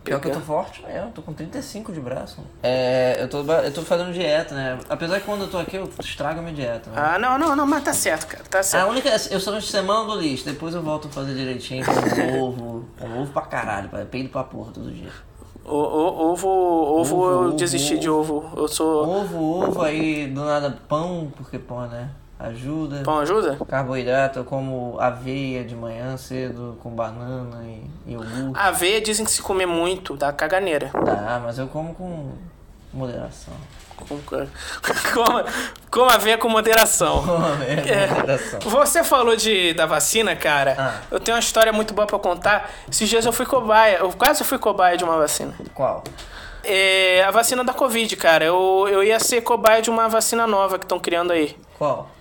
Pior que eu tô forte mesmo, tô com 35 de braço. É, eu tô, ba- eu tô fazendo dieta, né? Apesar que quando eu tô aqui, eu estrago a minha dieta. né?
Ah, não, não, não, mas tá certo, cara. Tá certo.
A única. Eu só semana do lixo, depois eu volto a fazer direitinho com ovo. Com ovo pra caralho, pra- peido pra porra todo dia.
O, o- ovo, ovo,
Ovo,
eu
ovo,
desisti de ovo. Eu sou.
Ovo, ovo, aí do nada pão, porque pão, né? Ajuda.
Pão ajuda?
Carboidrato, eu como aveia de manhã cedo, com banana e iogurte.
Aveia dizem que se comer muito dá caganeira.
Dá, mas eu como com moderação.
Com- Coma, coma aveia com moderação.
é, moderação.
Tá. Você falou de, da vacina, cara.
Ah.
Eu tenho uma história muito boa pra contar. Esses dias eu fui cobaia, eu quase fui cobaia de uma vacina.
Qual?
É, a vacina da Covid, cara. Eu, eu ia ser cobaia de uma vacina nova que estão criando aí.
Qual?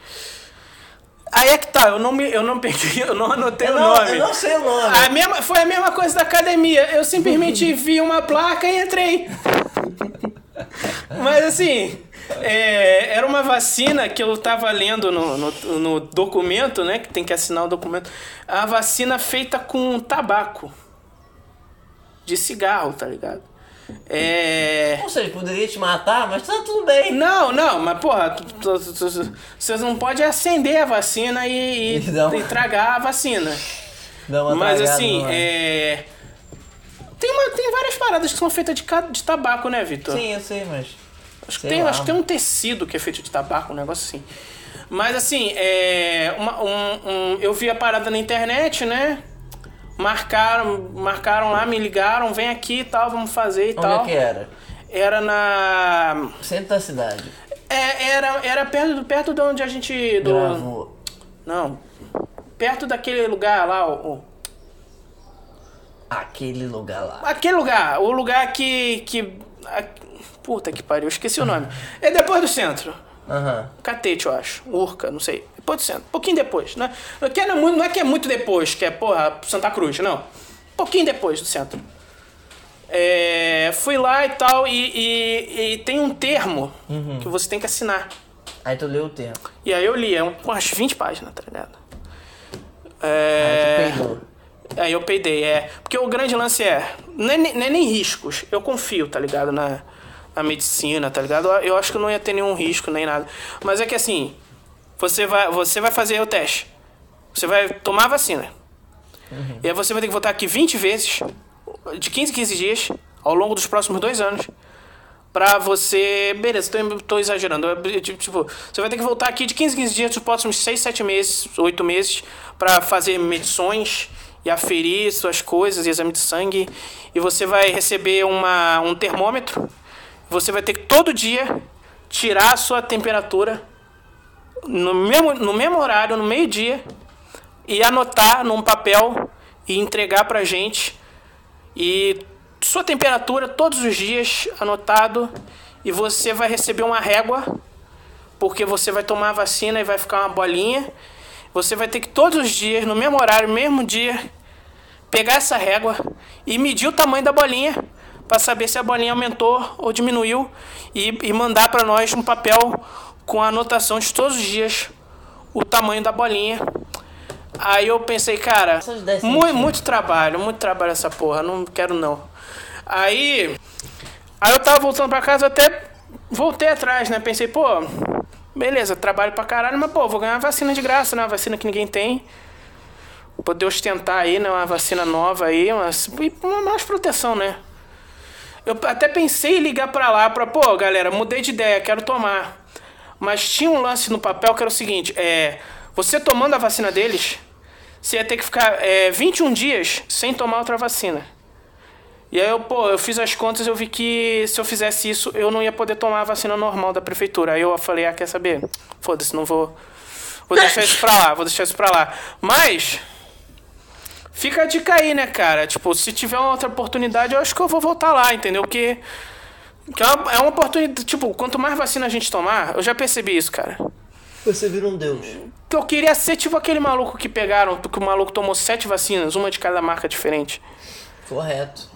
Aí é que tá, eu não, me, eu não peguei, eu não anotei o nome.
eu não sei o nome.
A mesma, foi a mesma coisa da academia. Eu simplesmente vi uma placa e entrei. Mas assim, é, era uma vacina que eu tava lendo no, no, no documento, né? Que tem que assinar o documento. A vacina feita com tabaco. De cigarro, tá ligado? É.
Ou seja, poderia te matar, mas tá tudo bem.
Não, não, mas porra, tu- tu- tu- tu- vocês não podem acender a vacina e, e,
Não.
e tragar a vacina.
Dá uma
Mas
tragada
assim,
no ar.
é. Tem, uma- tem várias paradas que são feitas de, ca- de tabaco, né, Vitor?
Sim, eu sei, mas.
Acho que,
sei
tem,
lá.
acho que tem um tecido que é feito de tabaco, um negócio assim. Mas assim, é. uma- um- um- eu vi a parada na internet, né? Marcaram, marcaram lá, me ligaram, vem aqui e tal, vamos fazer e
Onde
tal.
é que era?
Era na.
Centro da cidade.
é, era era perto, do- perto de onde a gente. Do,
Gravou.
Não. Perto daquele lugar lá, o- o-
Aquele lugar lá.
Aquele lugar, o lugar que. que a- puta que pariu, esqueci o nome. É depois do centro.
Aham.
Catete, eu acho. Urca, não sei. Depois do centro. Pouquinho depois, né? Não é que é muito, não é que é muito depois, que é, porra, Santa Cruz, não. Pouquinho depois do centro. É, fui lá e tal, e, e- e tem um termo que você tem que assinar.
Aí tu leu o tempo.
E aí eu li, é um- umas 20 páginas, tá ligado?
Aí
É.
tu peidou.
Aí eu peidei, é. Porque o grande lance é. Não é, nem- não é nem riscos. Eu confio, tá ligado? Na, na medicina, tá ligado? Eu acho que não ia ter nenhum risco nem nada. Mas é que assim. Você vai, você vai fazer o teste. Você vai tomar a vacina. E aí você vai ter que voltar aqui 20 vezes, de 15 em 15 dias, ao longo dos próximos dois anos. Pra você. Beleza, tô, tô exagerando. Eu- Tipo, você vai ter que voltar aqui de 15 em 15 dias dos próximos 6, 7 meses, 8 meses, pra fazer medições e aferir suas coisas, exame de sangue. E você vai receber uma, um termômetro. Você vai ter que todo dia tirar a sua temperatura no mesmo, no mesmo horário, no meio-dia, e anotar num papel e entregar pra gente. E sua temperatura todos os dias anotado e você vai receber uma régua porque você vai tomar a vacina e vai ficar uma bolinha. Você vai ter que todos os dias, no mesmo horário, mesmo dia, pegar essa régua e medir o tamanho da bolinha para saber se a bolinha aumentou ou diminuiu e, e mandar para nós um papel com a anotação de todos os dias o tamanho da bolinha. Aí eu pensei, cara,
Só de 10
mu-
centímetros.
muito trabalho, muito trabalho essa porra, não quero não. Aí, aí eu tava voltando pra casa, eu até voltei atrás, né? Pensei, pô, beleza, trabalho pra caralho, mas pô, vou ganhar uma vacina de graça, né? Uma vacina que ninguém tem poder ostentar aí, né? Uma vacina nova aí, uma, e uma mais proteção, né? Eu até pensei em ligar pra lá pra, pô, galera, mudei de ideia, quero tomar. Mas tinha um lance no papel que era o seguinte, é, você tomando a vacina deles, você ia ter que ficar é, 21 dias sem tomar outra vacina. E aí eu, pô, eu fiz as contas, eu vi que se eu fizesse isso, eu não ia poder tomar a vacina normal da prefeitura. Aí eu falei, ah, quer saber? Foda-se, não vou. Vou deixar isso pra lá, vou deixar isso pra lá. Mas. Fica a dica aí, né, cara? Tipo, se tiver uma outra oportunidade, eu acho que eu vou voltar lá, entendeu? Porque. que é, uma, é uma oportunidade. Tipo, quanto mais vacina a gente tomar, eu já percebi isso, cara.
Você vira um deus.
Eu queria ser tipo aquele maluco que pegaram, que o maluco tomou sete vacinas, uma de cada marca diferente.
Correto.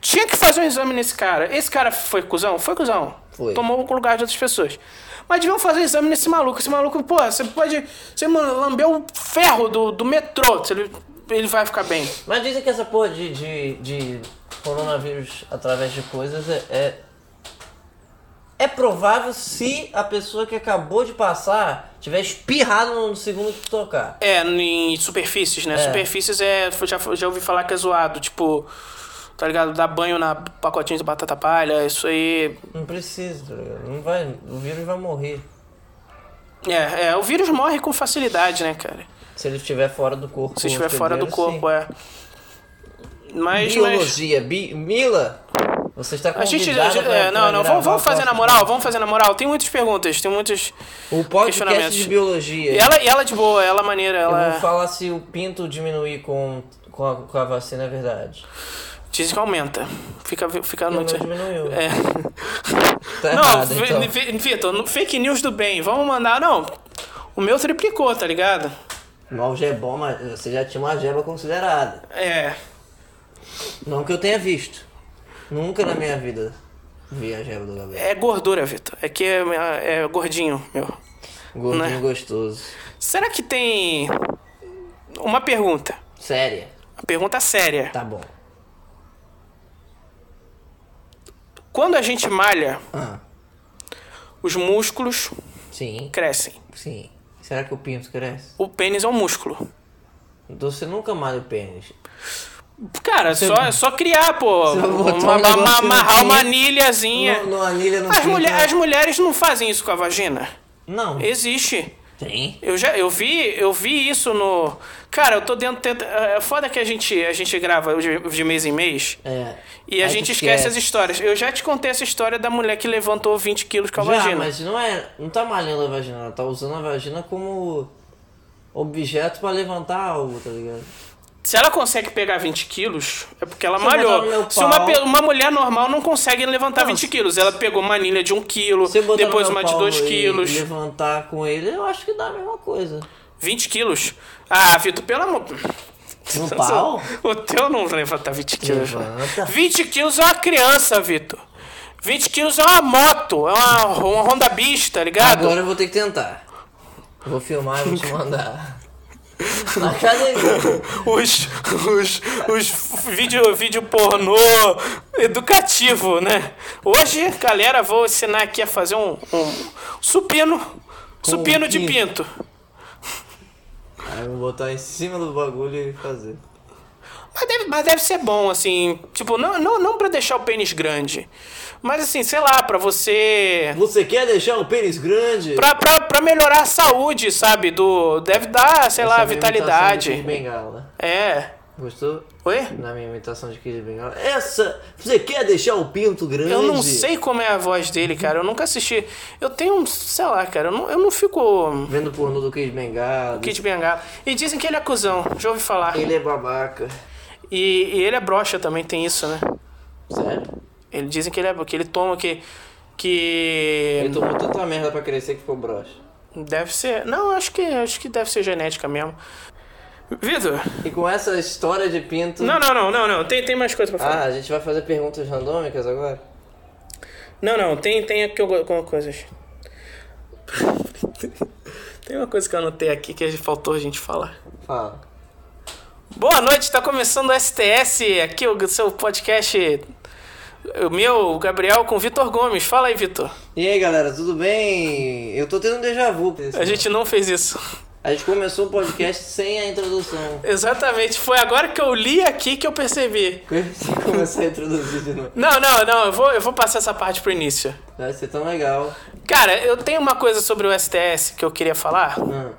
Tinha que fazer um exame nesse cara. Esse cara foi cuzão? Foi cuzão.
Foi.
Tomou o lugar de outras pessoas. Mas deviam fazer exame nesse maluco. Esse maluco, porra, você pode. Você lambeu o ferro do, do metrô. se Ele, ele vai ficar bem.
Mas dizem que essa porra de, de, de coronavírus através de coisas é, é. é provável se a pessoa que acabou de passar tiver espirrado no segundo que tocar.
É, em superfícies, né? Superfícies é. Já, já ouvi falar que é zoado. Tipo, tá ligado? Dar banho na pacotinho de batata palha. Isso aí.
Não precisa, tá ligado? Não vai. O vírus vai morrer.
É, é, o vírus morre com facilidade, né, cara?
Se ele estiver fora do corpo.
Se estiver fora do corpo, é. Mas, mas.
Biologia, bi, Mila, você está
A
convidada
gente. a gente-
pra-
é, não, não.
pra gravar um
Vamos, vamos
o
fazer na
próximo-
moral, vamos fazer na moral. Tem muitas perguntas, tem muitos.
O podcast
questionamentos.
de
E
biologia.
ela, e ela de boa, ela é maneira,
Eu vou
ela.
falar se o pinto diminuir com, com, a, com a vacina é verdade.
Diz que aumenta. Fica, fica
Não,
noite.
diminuiu.
É.
Tá
Não,
errado, então.
Vi- Vi- Vitor, no- fake news do bem. Vamos mandar. Não, o meu triplicou, tá ligado?
Mal já é bom, mas você já tinha uma jeba considerada.
É.
Não que eu tenha visto. Nunca na minha vida vi a jeba do Gabriel.
É gordura, Vitor. É que é, é gordinho, meu.
Gordinho
né?
gostoso.
Será que tem. Uma pergunta.
Séria.
Uma pergunta séria.
Tá bom.
Quando a gente malha,
Ah,
os músculos
sim,
crescem.
sim. Será que o pinto cresce?
O pênis é um músculo.
Então você nunca malha o pênis.
Cara, só, é só criar, pô.
Você botou um
Uma- uma-
negócio
uma-
no
amarrar uma
pinto.
anilhazinha.
No, no anilha não
é. As,
pinto,
mulher-
né?
as mulheres não fazem isso com a vagina.
Não.
Existe.
Tem.
Eu já eu vi, eu vi isso no. Cara, eu tô dentro. Tenta, é foda que a gente, a gente grava de, de mês em mês.
É.
E a
Aí
gente
tu
esquece as histórias. Eu já te contei essa história da mulher que levantou 20 quilos com a
Já,
vagina.
mas não é. Não tá malhando a vagina, ela tá usando a vagina como objeto pra levantar algo, tá ligado?
Se ela consegue pegar 20 quilos, é porque ela
Se eu botar no
malhou.
meu
Se uma,
pau-
pe- uma mulher normal não consegue levantar
Não,
20 quilos, ela pegou uma anilha de 1 quilo,
Se eu botar
depois
no meu
uma de
pau né?
2
e-
quilos.
E levantar com ele, eu acho que dá a mesma coisa.
20 quilos? Ah, Vitor, pelo amor.
No Um pau?
O teu não levanta 20 quilos.
Levanta.
20 quilos é uma criança, Vitor. 20 quilos é uma moto, é uma, uma Honda Bis, tá ligado?
Agora eu vou ter que tentar. Eu Vou filmar e vou te mandar. Na academia.
Os, os, os vídeo, vídeo pornô educativo, né? Hoje, galera, vou ensinar aqui a fazer um, um supino. supino de
pinto.
pinto.
Aí eu vou botar em cima do bagulho e fazer.
Mas deve, mas deve ser bom, assim. Tipo, não, não, não pra deixar o pênis grande. Mas assim, sei lá, pra você.
Você quer deixar o pênis grande?
Pra, pra, pra melhorar a saúde, sabe? Do, deve dar, sei lá,
Essa é a minha imitação de Kid
vitalidade.
Bengala.
É.
Gostou?
Oi?
Na minha imitação de Kid Bengala. Essa! Você quer deixar o pinto grande?
Eu não sei como é a voz dele, cara. Eu nunca assisti. Eu tenho, um- sei lá, cara. Eu não, eu não fico.
Vendo pornô do Kid Bengala.
Kid Bengala. E dizem que ele é cuzão. Já ouvi falar.
Ele é babaca.
E, e ele é broxa também, tem isso, né?
Sério?
Ele dizem que ele é. que ele toma que. que.
Ele tomou tanta merda pra crescer que ficou broxa.
Deve ser. Não, acho que acho que deve ser genética mesmo. Vitor?
E com essa história de pinto.
Não, não, não, não, não. Tem, tem mais coisa pra falar.
Ah, a gente vai fazer perguntas randômicas agora?
Não, não, tem, tem aqui alguma coisa. tem uma coisa que eu anotei aqui que faltou a gente falar.
Fala.
Boa noite, tá começando o STS, aqui o seu podcast. O meu, o Gabriel, com o Vitor Gomes. Fala aí, Vitor.
E aí galera, tudo bem? Eu tô tendo um déjà vu.
A gente não fez isso.
a gente começou o podcast sem a introdução.
Exatamente, foi agora que eu li aqui que eu percebi.
Você começar a introduzir de novo.
Não, não, não, eu vou, eu vou passar essa parte pro início.
Vai ser tão legal.
Cara, eu tenho uma coisa sobre o STS que eu queria falar.
Ah,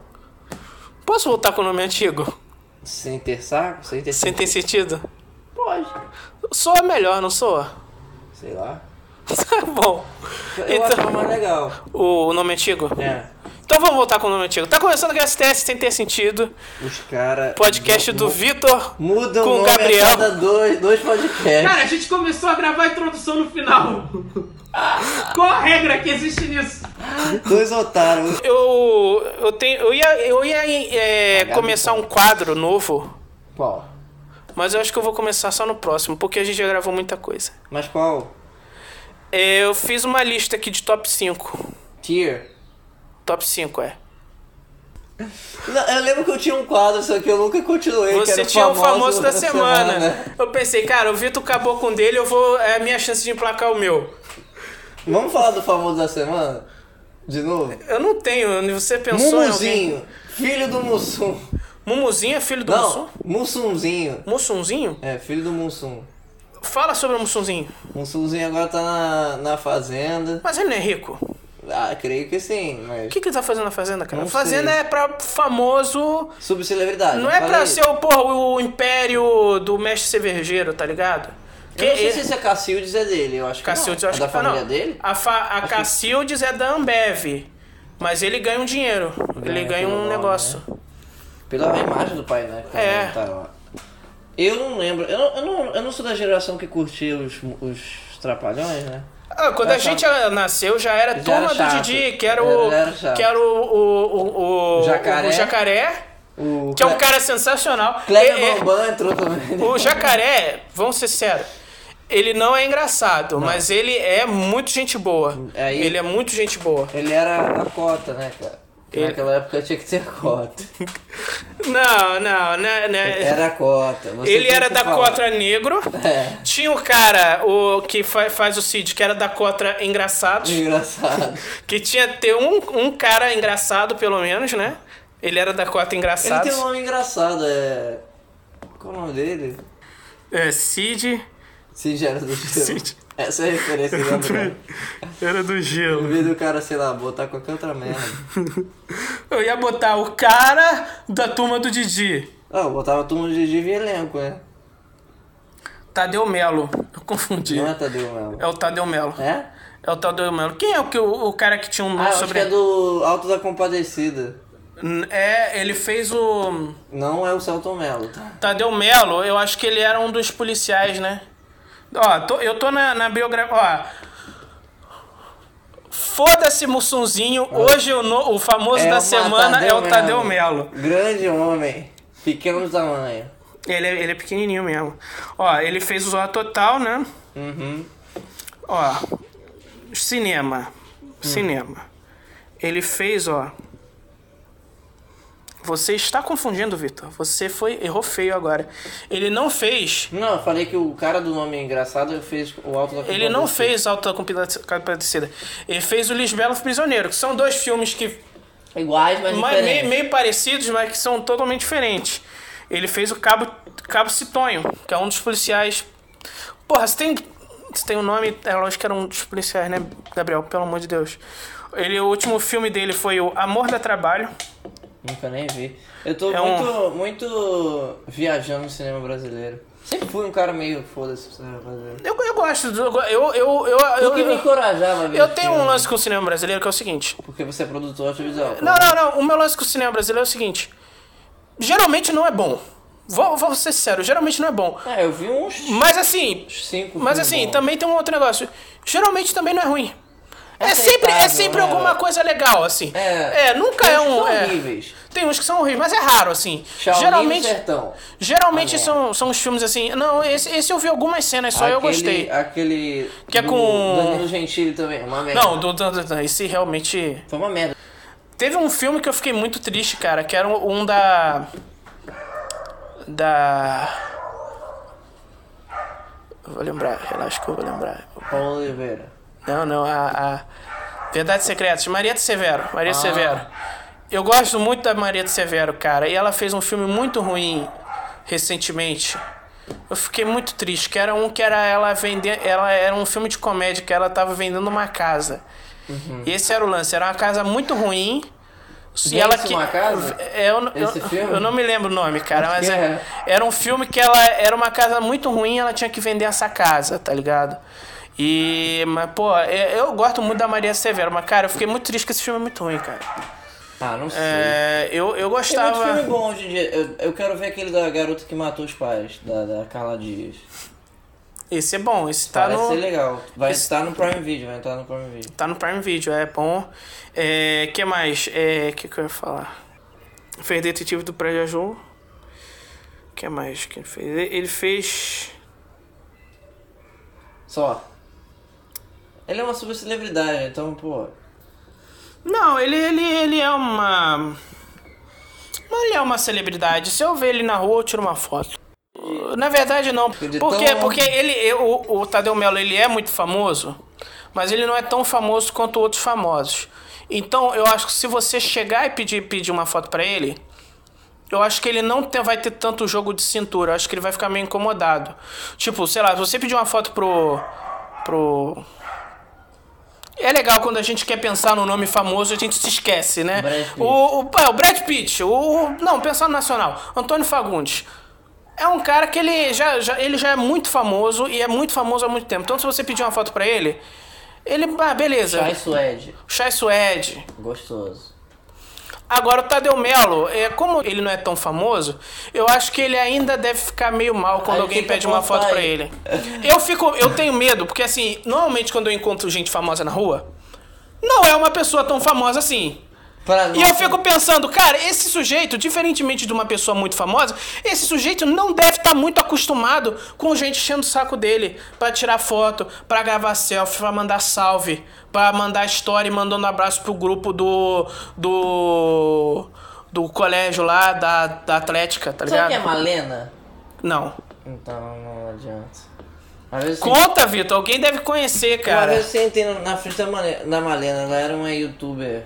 Posso voltar com o nome antigo?
sem ter saco? Sem ter
Sem ter sentido?
Pode.
Soa melhor, não soa?
Sei lá.
Tá bom.
Eu
Então-
acho mais legal.
O, o nome antigo?
É.
Então vamos voltar com o nome antigo. Tá começando com o STS sem ter sentido.
Os caras.
Podcast do Vitor
Muda
com
o
o
nome
Gabriel.
a cada dois, dois podcasts.
Cara, a gente começou a gravar a introdução no final. Qual a regra que existe nisso?
dois otários.
Eu, eu, tenho, eu ia, eu ia é, começar um quadro novo,
Qual?
mas eu acho que eu vou começar só no próximo, porque a gente já gravou muita coisa.
Mas qual?
É, Eu fiz uma lista aqui de top 5.
Tier.
Top 5, é.
Não, eu lembro que eu tinha um quadro, só que eu nunca continuei. que
Você
era
tinha o famoso da semana.
semana. né?
Eu pensei, cara, o Vitor acabou com o dele, eu vou. É a minha chance de emplacar o meu.
Vamos falar do famoso da semana? De novo?
Eu não tenho, você pensou em é alguém?
Mumuzinho, filho do Mussum.
Mumuzinho é filho do Mussum?
Não, Mussunzinho.
Mussunzinho?
É, filho do Mussum.
Fala sobre o Mussunzinho.
Mussunzinho agora tá na, na fazenda.
Mas ele não é rico.
Ah, creio que sim,
O
mas.
que, que ele tá fazendo na Fazenda, cara?
Não
fazenda
sei.
é pra famoso.
Subcelebridade.
Não é
falei.
pra ser o, porra, o império do mestre cervejeiro, tá ligado?
Eu não sei se esse é Cacildes é dele, eu acho que
Cacildes,
não.
eu acho
é da
que
família
não.
dele?
A, fa- a Cacildes é da Ambev. Mas ele ganha um dinheiro. ele
Ganha
ganha
pelo
um
nome, né?
negócio.
Pela imagem do pai, né? que
Ah. É.
também tá lá. Eu não lembro. Eu não, eu, não, eu não sou da geração que curtia os, os trapalhões, né?
Ah, quando a
Essa-
gente nasceu, já era
tá. Já
turma
era
do
chato.
Didi, que era
Era-
o.
era chato.
que era o. o, o, o-
Jacaré.
o jacaré,
O
que é um
Cle-
cara sensacional.
Kleber
É- é-
Bambam entrou também. né?
O jacaré, vamos ser sérios, ele não é engraçado, mas ele é muito gente boa.
Aí-
Ele é muito gente boa.
Ele era a cota, né, cara?
Ele-
Naquela época tinha que ser cota.
Não, não, né? né.
Era a cota. você
ele
tinha
era
que
da
falar.
Cotra Negro.
É,
Tinha o cara o que fa- faz o Cid, que era da Cotra Engraçados.
engraçado.
Que tinha que ter um, um cara engraçado, pelo menos, né? Ele era da Cotra
Ele
Engraçados.
tem um nome engraçado, é. Qual o nome dele?
É, Cid.
Singelo do Gelo.
Cid.
Essa é a referência do nome.
Era do
Eu
gelo.
vi do cara, sei lá, botar qualquer outra merda.
Eu ia botar o cara da turma do Didi.
Ah, eu botava turma de Gigi e elenco, né?
Tadeu Melo. Eu confundi.
Não é Tadeu Melo.
É o Tadeu Melo.
É?
É o Tadeu Melo. Quem é o, que, o, o cara que tinha um
Ah, eu
nome
acho
sobre.
que é do Alto da Compadecida.
N- É, ele fez o.
Não é o Celton Melo, tá?
Tadeu Melo, eu acho que ele era um dos policiais, né? Ó, tô- eu tô na, na biografia. Ó. Foda-se, Mussunzinho. Hoje o, no- o famoso da
uma
semana é o Tadeu Melo.
Grande homem, pequeno tamanho.
Ele, é- ele é pequenininho mesmo. Ó, ele fez o Zorra Total, né?
Uhum.
Ó. Cinema. Cinema. Ele fez, ó. Você está confundindo, Vitor. Você foi errou feio agora. Ele não fez
Não, eu falei que o cara do nome engraçado fez o Alto da
Ele não
Compadecida.
fez Alta Compadecida. Ele fez o Lisbelo Prisioneiro, que são dois filmes que
Iguais, mas,
mais-
diferentes.
meio, meio parecidos, mas que são totalmente diferentes. Ele fez o Cabo, Cabo Citonho, que é um dos policiais. Porra, se tem. Se tem o nome, é lógico que era um dos policiais, né, Gabriel? Pelo amor de Deus. Ele, o último filme dele foi o Amor da Trabalho.
Nunca nem vi. Eu tô
É
muito, muito viajando no cinema brasileiro. Sempre fui um cara meio foda-se pro cinema brasileiro.
Eu, eu gosto. do- Eu, eu, eu, eu,
Eu que me
eu,
encorajava a ver
eu
filme,
tenho um lance com o cinema brasileiro que é o seguinte.
Porque você é produtor audiovisual.
Não, não, não. O meu lance com o cinema brasileiro é o seguinte. Geralmente não é bom. Vou, vou ser sério, geralmente não é bom.
Ah, eu vi uns
Mas assim.
cinco
Mas
filmes
assim,
bons.
também tem um outro negócio. Geralmente também não é ruim. É sempre,
Aceitável,
é sempre
né?
alguma coisa legal, assim.
É.
nunca
Tem
é
uns que
um.
são
é.
horríveis.
Tem uns que são horríveis, mas é raro, assim.
Shaolin
geralmente.
do Sertão.
Geralmente
Ah, não.
são, são os filmes assim. Não, esse, esse eu vi algumas cenas só e eu
Aquele-
gostei.
Aquele.
Que é
do
com-
Danilo Gentili também, uma merda.
Não, do, do, do- do- esse realmente.
Foi uma merda.
Teve um filme que eu fiquei muito triste, cara, que era um, um da. Da. Eu vou lembrar, relaxa que eu vou lembrar.
Paulo Oliveira.
Não, não, a. a... Verdades Secretas, Marieta Severo. Maria
Ah.
Severo. Eu gosto muito da Marieta Severo, cara, e ela fez um filme muito ruim recentemente. Eu fiquei muito triste, que era um que era ela vender. Ela era um filme de comédia que ela tava vendendo uma casa.
Uhum.
E esse era o lance, era uma casa muito ruim.
Vende-se uma casa?
É, eu, eu-
Esse filme?
eu não me lembro o nome, cara,
Acho
mas
que
é-
é.
era um filme que ela era uma casa muito ruim, ela tinha que vender essa casa, tá ligado? E, mas, pô, é- eu gosto muito da Maria Severo, mas, cara, eu fiquei muito triste que esse filme é muito ruim, cara.
Ah, não sei.
É, eu, eu
Tem muito filme
gostava.
bom hoje em dia. Eu, eu quero ver aquele da garota que matou os pais, da, da Carla Dias.
Esse é bom, esse tá
Parece
no.
ser legal. Vai
Esse-
estar no Prime Video, vai entrar no Prime Video.
Tá no Prime Video, é bom. É, que mais? É, que que eu ia falar? Fez Detetive do Prédio Azul. Que mais que ele fez? Ele ele fez
Só. Ele é uma subcelebridade, então, pô.
Não, ele ele ele é uma Mas ele é uma celebridade. Se eu ver ele na rua, eu tiro uma foto. Na verdade não.
Ele
Por
tão-
quê? Porque ele eu- o, o Tadeu Melo, ele é muito famoso, mas ele não é tão famoso quanto outros famosos. Então, eu acho que se você chegar e pedir pedir uma foto pra ele, Eu acho que ele não te- vai ter tanto jogo de cintura. Eu acho que ele vai ficar meio incomodado. Tipo, sei lá, se você pedir uma foto pro. pro. É legal quando a gente quer pensar no nome famoso, a gente se esquece, né?
Brad Pitt.
O, o, é, o Brad Pitt, o, o- Não, pensar no nacional. Antônio Fagundes. É um cara que ele já, já- ele já é muito famoso e é muito famoso há muito tempo. Então, se você pedir uma foto pra ele, ele. Ah, beleza.
Chai Suede.
Chai Suede.
Gostoso.
Agora, o Tadeu Melo, é, como ele não é tão famoso, eu acho que ele ainda deve ficar meio mal quando
Aí
alguém
fica
pede
com
uma
o
foto
pai.
pra ele. Eu fico, eu tenho medo, porque assim, normalmente quando eu encontro gente famosa na rua, não é uma pessoa tão famosa assim.
Pra
E eu fico pensando, cara, esse sujeito, diferentemente de uma pessoa muito famosa, esse sujeito não deve estar muito acostumado com gente enchendo o saco dele pra tirar foto, pra gravar selfie, pra mandar salve, pra mandar story mandando abraço pro grupo do. do. do colégio lá, da, da Atlética, tá
Sabe
ligado?
que é Malena?
Não.
Então não adianta. Às vezes você-
Conta, Vitor, alguém deve conhecer,
Uma
cara.
vez eu sentei no- na frente da, Mane- da Malena, ela era uma youtuber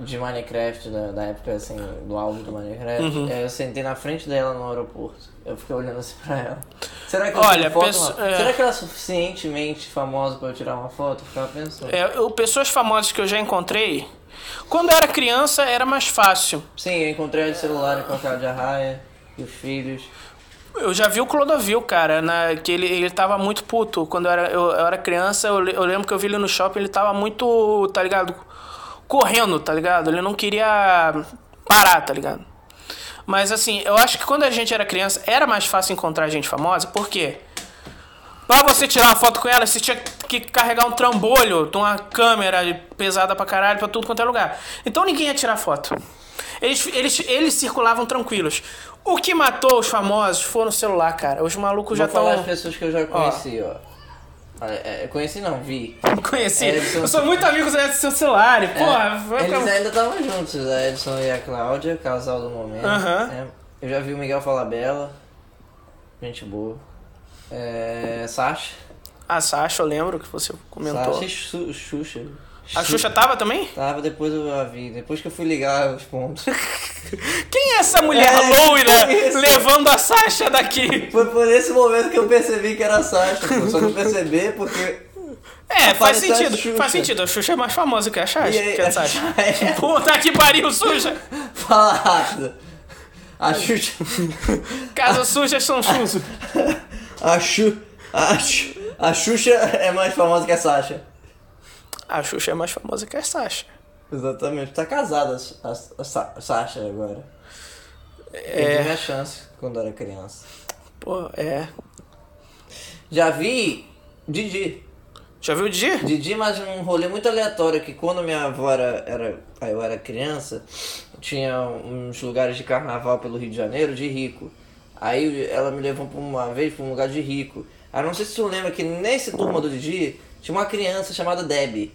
de Minecraft, da, da época assim, do auge do Minecraft.
Uhum.
Aí eu sentei na frente dela no aeroporto. Eu fiquei olhando assim pra ela. Será que eu
Olha,
tiro foto,
pesso-
mano?
é.
Será que ela é suficientemente famosa pra eu tirar uma foto? Eu ficava pensando.
É, eu- pessoas famosas que eu já encontrei, quando eu era criança era mais fácil.
Sim, eu encontrei ela de celular com a cara de arraia e os filhos.
Eu já vi o Clodovil, cara, na, que ele, ele tava muito puto. Quando eu era, eu, eu era criança, eu, le- eu lembro que eu vi ele no shopping, ele tava muito, tá ligado? Correndo, tá ligado? Ele não queria parar, tá ligado? Mas assim, eu acho que quando a gente era criança, era mais fácil encontrar gente famosa, por quê? Pra você tirar uma foto com ela, você tinha que carregar um trambolho, de uma câmera pesada pra caralho, pra tudo quanto é lugar. Então ninguém ia tirar foto. Eles, eles, eles circulavam tranquilos. O que matou os famosos foi no celular, cara. Os malucos já
Vou falar as
estão.
pessoas que eu já conheci, ó. Olha, é, conheci não, vi.
Conheci.
É, eles são- É,
Eu sou muito amigo do Edson Celari, porra. vai pra-
Eles é- ainda estavam juntos, a Edson e a Cláudia, casal do momento.
Aham.
né? Eu já vi o Miguel Falabella, gente boa. É, Sasha.
A Ah, Sasha, eu lembro que você comentou.
Sasha é e Xu- Xuxa.
A Xuxa tava também?
Tava, depois eu a vi, depois que eu fui ligar os pontos.
Quem é essa mulher
É,
loira
que isso?
levando a Sasha daqui?
Foi por esse momento que eu percebi que era a Sasha, pô. só não percebi porque...
É, faz
Apareceu a
sentido.
Xuxa.
Faz sentido. A Xuxa é mais famosa que a Sasha.
E aí,
Que a Sasha.
É.
Puta que pariu, Suja!
Fala rápido. A Xuxa...
Casa suja são Xuxa.
A, Xu... a, Xu... a Xuxa é mais famosa que a Sasha.
A Xuxa é mais famosa que a Sasha.
Exatamente. Tá casada a, a- a Sa- a Sasha agora. É. Eu tive a chance quando era criança.
Pô, é.
Já vi Didi.
Já viu o Didi?
Didi, mas um rolê muito aleatório que quando minha avó era, era- aí eu era criança, tinha uns lugares de carnaval pelo Rio de Janeiro de rico. Aí ela me levou pra uma vez pra um lugar de rico. Aí não sei se tu lembra que nesse turma do Didi tinha uma criança chamada Debbie.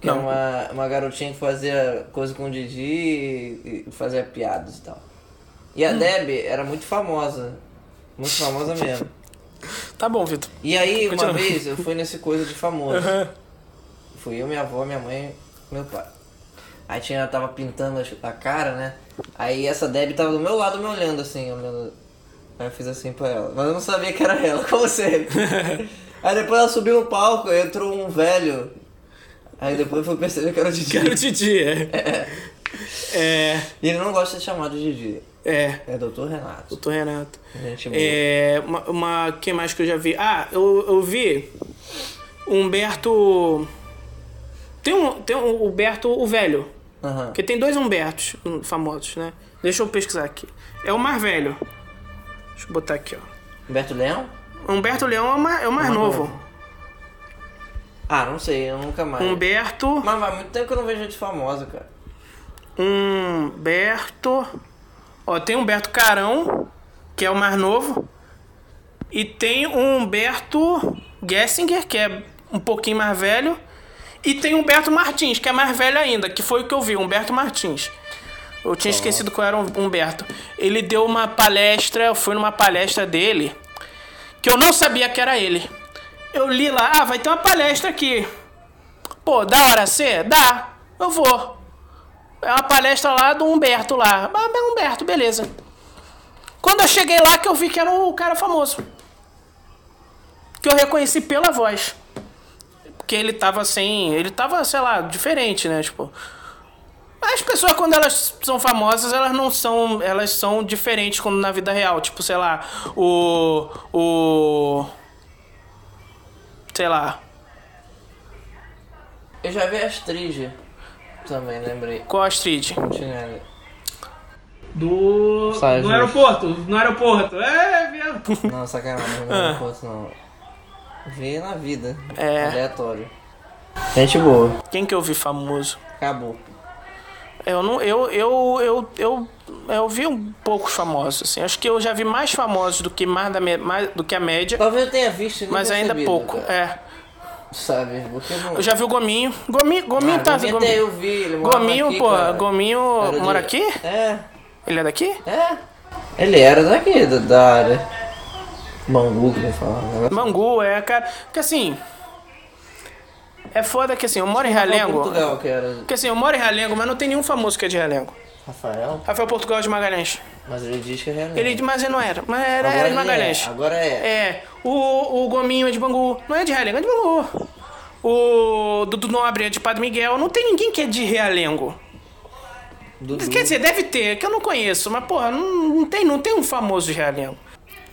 Que
Não.
era uma, uma garotinha que fazia coisa com o Didi e, e fazia piadas e tal. E a Debbie era muito famosa. Muito famosa mesmo.
Tá bom, Vitor.
E aí, uma
Continua.
vez, eu fui nesse coisa de famoso. Fui eu, minha avó, minha mãe, meu pai. Aí tinha, ela tava pintando as- a cara, né? Aí essa Debbie tava do meu lado me olhando assim, olhando. Aí eu fiz assim pra ela. Mas eu não sabia que era ela, como sempre. aí depois ela subiu no palco, aí entrou um velho. Aí depois eu fui perceber que era o
Quero o
Didi.
Didi, é. É.
E ele não gosta de ser chamado de Didi.
É.
É doutor Renato.
Doutor Renato.
Gente boa.
É. Uma, uma. Quem mais que eu já vi? Ah, eu, eu vi. Humberto. Tem um. Tem um Humberto, o velho.
Aham.
Porque tem dois Humbertos hum, famosos, né? Deixa eu pesquisar aqui. É o mais velho. Deixa eu botar aqui, ó.
Humberto Leão?
Humberto Leão é o mais, é o mais
Mais
novo.
novo. Ah, não sei, eu nunca mais.
Um Humberto.
Mas vai muito tempo que eu não vejo gente famosa, cara.
Humberto. Ó, tem Humberto Carão, que é o mais novo. E tem o Humberto Gessinger, que é um pouquinho mais velho. E tem o Humberto Martins, que é mais velho ainda, que foi o que eu vi, Humberto Martins. Eu tinha esquecido qual era o Humberto. Ele deu uma palestra, eu fui numa palestra dele, que eu não sabia que era ele. Eu li lá, ah, vai ter uma palestra aqui. Pô, da hora ser? Dá, eu vou. É uma palestra lá do Humberto lá. Ah, mas Humberto, beleza. Quando eu cheguei lá que eu vi que era o cara famoso. Que eu reconheci pela voz. Porque ele tava sem. Ele tava, sei lá, diferente, né? Tipo. As pessoas, quando elas são famosas, elas não são. Elas são diferentes quando na vida real. Tipo, sei lá, o. O. Sei lá.
Eu já vi a Astrid. Também, lembrei.
Qual a Astrid?
Chinelo.
Do.
Sai,
no
Jorge.
aeroporto. No aeroporto. É, viado.
Não, sacanagem, não é aeroporto, não. Vê na vida.
É.
Aleatório. Gente boa.
Quem que eu vi famoso?
Acabou.
Eu não, eu, eu, eu, eu, eu vi um poucos famosos, assim. Acho que eu já vi mais famosos do que mais, da, me- mais do que a média,
Talvez eu tenha visto e não
mas ainda
percebido,
pouco.
cara.
É.
Sabe, porque eu não...
Eu já vi o Gominho. Gominho, Gominho
Ah,
tá.
Gominho até eu vi, ele morava
Gominho,
aqui,
pô,
cara.
Gominho
Era de-
mora aqui?
É,
Ele é daqui?
é. Ele era daqui, da, da área. Bangu, que né? eu falava.
Bangu, é, cara. Porque assim. É foda que assim, eu moro em Realengo.
Portugal, que era...
Porque assim, eu moro em Realengo, mas não tem nenhum famoso que é de Realengo.
Rafael?
Rafael Portugal é de Magalhães.
Mas ele diz que é Renan.
Ele, mas ele não era. Mas era,
Agora
era de
ele é,
Magalhães.
Agora é.
É, o, o Gominho é de Bangu. Não é de Realengo, é de Bangu. O Dudu Nobre é de Padre Miguel. Não tem ninguém que é de Realengo.
Dudu.
Quer dizer, deve ter, é que eu não conheço. Mas, porra, não, não tem, não tem um famoso de Realengo.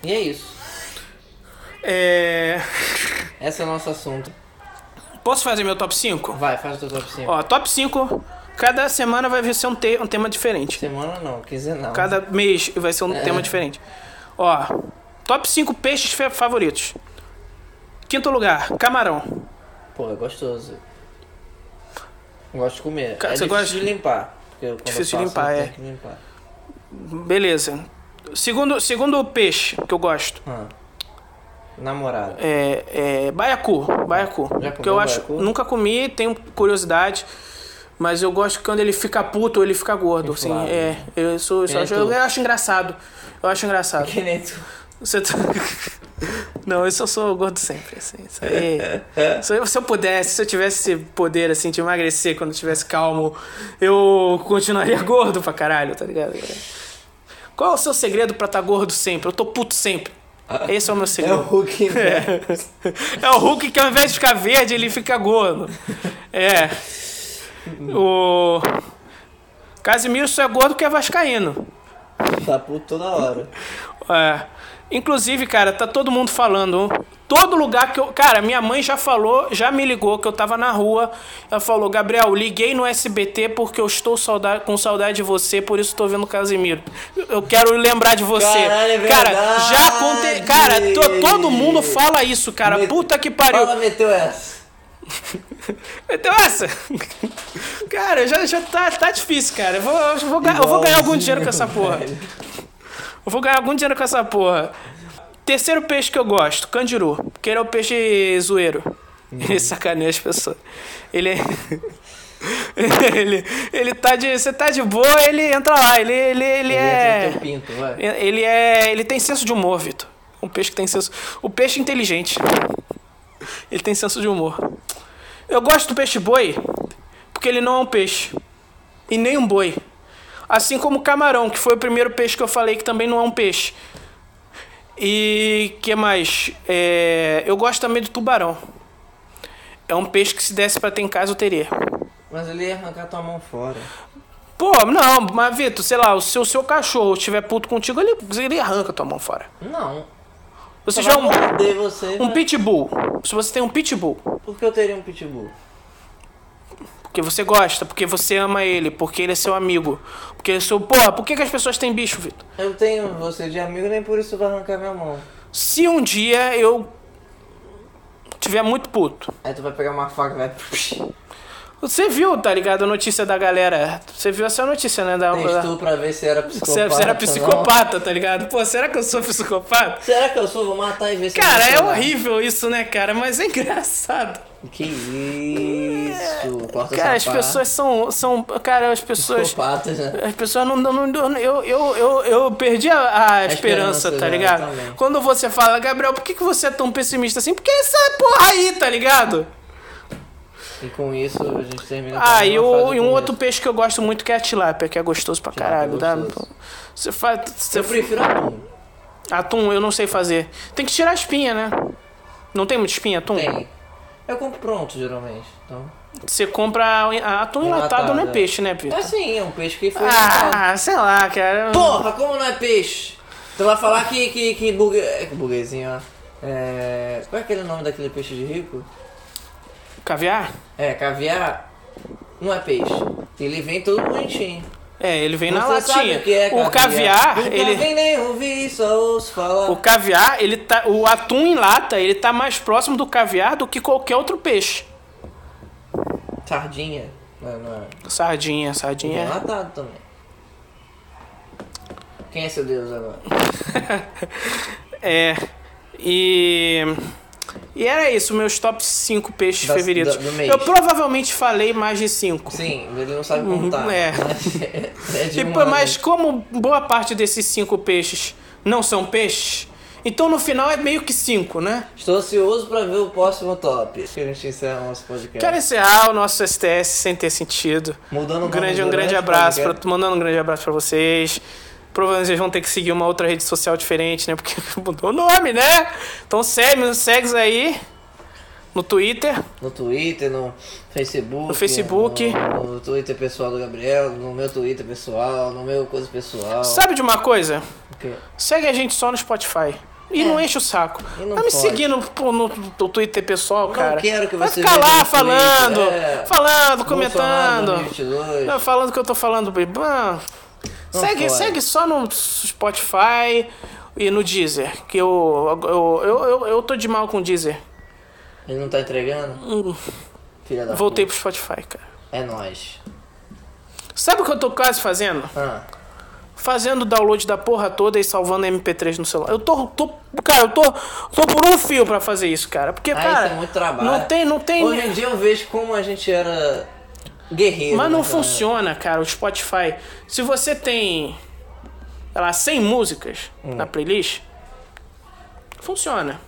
E é isso.
É...
Esse é o nosso assunto.
Posso fazer meu top 5?
Vai, faz o teu top 5.
Ó, top 5. Cada semana vai ser um, te- um tema diferente.
Semana não, quinzenal.
Cada mês vai ser um tema diferente. Ó, top 5 peixes fe- favoritos. Quinto lugar, camarão.
Pô, é gostoso. Gosto de comer.
Cara,
é
você
difícil
gosta-
de limpar. Porque quando
Difícil de
eu faço,
limpar, é.
eu tenho que limpar.
Beleza. Segundo, segundo peixe que eu gosto
Ah. Namorada.
é, é baiacu. Baiacu. que eu acho,
baiacu?
nunca comi, tenho curiosidade. Mas eu gosto que quando ele fica puto, ele fica gordo. Assim,
Inflado.
é, eu, sou, só
nem
acho,
tu.
eu acho engraçado. Eu acho engraçado.
Que nem tu.
Você tá- Não, isso eu sou gordo sempre, assim. Isso aí. se, eu, se eu pudesse, se eu tivesse esse poder, assim, de emagrecer quando eu tivesse calmo, eu continuaria gordo pra caralho, tá ligado? cara? Qual é o seu segredo pra estar gordo sempre? Eu tô puto sempre. Esse é o meu
É o
segredo.
Hulk, né?
É, o Hulk que ao invés de ficar verde, ele fica gordo. É. O. Casimiro só é gordo porque é vascaíno.
Tá puto toda hora.
É. Inclusive, cara, tá todo mundo falando. Todo lugar que eu. Cara, minha mãe já falou, já me ligou que eu tava na rua. Ela falou: Gabriel, liguei no SBT porque eu estou saudade, com saudade de você, por isso tô vendo o Casimiro. Eu quero lembrar de você.
Caralho, é
cara,
verdade.
já aconteceu. Cara, to- todo mundo fala isso, cara.
Met-
Puta que pariu.
Fala, meteu essa.
Então, essa. cara, já, já tá, tá difícil, cara. Eu vou, eu vou ga- eu vou ganhar algum dinheiro com essa porra. Eu vou ganhar algum dinheiro com essa porra. Terceiro peixe que eu gosto, candiru. Porque ele é o peixe zoeiro. Ele sacaneia as pessoas. Ele é. ele, ele tá de. Você tá de boa, ele entra lá. Ele, ele, ele
É.
é.
Teu pinto, vai.
Ele é. Ele tem senso de humor, Vitor. Um peixe que tem senso. O peixe inteligente. Ele tem senso de humor. Eu gosto do peixe boi porque ele não é um peixe. E nem um boi. Assim como o camarão, que foi o primeiro peixe que eu falei que também não é um peixe. E que mais? É, eu gosto também do tubarão. É um peixe que se desse pra ter em casa eu teria.
Mas ele ia arrancar tua mão fora.
Pô, não, mas Vitor, sei lá, se o seu cachorro estiver puto contigo, ele, ele arranca tua mão fora.
Não.
Você
Só
já é
vai
um,
morder você. né?
um pitbull. Se você tem um pitbull,
Por que eu teria um pitbull?
porque Porque você gosta, porque você ama ele, porque ele é seu amigo. Porque ele é seu. Porra, por que, que as pessoas têm bicho, Vitor?
Eu tenho você de amigo, nem por isso vai arrancar minha mão.
Se um dia eu tiver muito puto.
Aí tu vai pegar uma faca e vai.
Você viu, tá ligado? A notícia da galera. Você viu essa notícia, né? Da, da-
Testou pra ver se era
Você,
psicopata.
você era
ou não.
psicopata, tá ligado? Pô, será que eu sou psicopata?
Será que eu sou? Vou matar e ver se eu
Cara,
vou
é
chorar.
horrível isso, né, cara? Mas é engraçado.
Que isso? Corta
Cara, as
essa parte.
pessoas são. são cara, as pessoas.
Psicopatas, né?
As pessoas não. não, não- eu, eu, eu, eu perdi a, a esperança,
esperança,
tá
né?
ligado?
Também.
Quando você fala, Gabriel, por que, que você é tão pessimista assim? Porque essa porra aí, tá ligado?
E com isso a gente termina. com
Ah, e,
É, uma
o,
frase
e um
com
outro
isso.
peixe que eu gosto muito que é a tilápia, que é gostoso pra caralho. tá? Então, dá-
gostoso.
Você faz. Você
Tipo, Eu prefiro um. atum.
Atum, eu não sei fazer. Tem que tirar a espinha, né? Não tem muita espinha, atum?
Tem. Eu compro pronto, geralmente. Então.
Você compra a- atum enlatado,
Enlatado,
não é
é.
peixe, né, Pito?
É assim, é assim. um peixe que foi. enlatado.
Ah, sei lá, cara.
Porra, como não é peixe? Tu vai falar que. que, que burgue... é, que burguesinho, ó. É. Qual é aquele nome daquele peixe de rico?
Caviar?
É, caviar não é peixe. Ele vem todo bonitinho.
É, ele vem na
Você sabe
latinha.
o que é caviar?
caviar,
Nunca
ele.
vem nem ouvir, só ouço falar.
O caviar, ele tá. O atum em lata, ele tá mais próximo do caviar do que qualquer outro peixe.
Sardinha. Não, não é.
Sardinha, sardinha.
Tem Enlatado também. Quem é seu Deus agora?
É. E. E era isso, meus top 5 peixes
Das-
favoritos.
da- do mês.
Eu provavelmente falei mais de 5.
Sim, ele não sabe contar. né?
é.
é de
Tipo,
humanas.
mas como boa parte desses 5 peixes não são peixes, então no final é meio que 5, né?
Estou ansioso pra ver o próximo top. Que a gente encerra o nosso podcast.
Quero encerrar o nosso STS sem ter sentido.
Mudando o
Um grande,
nome
um grande
durante o
abraço, pra,
podcast.
mandando um grande abraço pra vocês. Provavelmente vocês vão ter que seguir uma outra rede social diferente, né? Porque mudou o nome, né? Então segue, nos segue aí no Twitter.
No Twitter, no Facebook.
No Facebook.
No, no Twitter pessoal do Gabriel, no meu Twitter pessoal, no meu coisa pessoal.
Sabe de uma coisa?
O quê?
Segue a gente só no Spotify. E não enche o saco.
É. E não
tá me
pode.
seguindo pô, no, no Twitter pessoal, cara.
quero que
Vai
você
ficar
veja
lá
no Twitter,
falando,
é.
falando,
Bolsonaro,
comentando.
2022.
Não, falando o que eu tô falando, baby. Ah,
Não
segue,
pode.
segue só no Spotify e no Deezer. Que eu, eu, eu, eu, eu tô de mal com o Deezer.
Ele não tá entregando?
Hum,
Filha da
Voltei pro
puta.
Spotify, cara.
É nóis.
Sabe o que eu tô quase fazendo?
Ah,
Fazendo download da porra toda e salvando MP3 no celular. Eu tô. tô cara, eu tô, tô por um fio pra fazer isso, cara. Porque,
Ah,
cara.
isso é muito trabalho.
Não tem, não tem.
hoje em dia eu vejo como a gente era
né?
guerreiro.
Mas
né,
não
cara?
funciona, cara, o Spotify. Se você tem, sei lá, 100 músicas na playlist, funciona.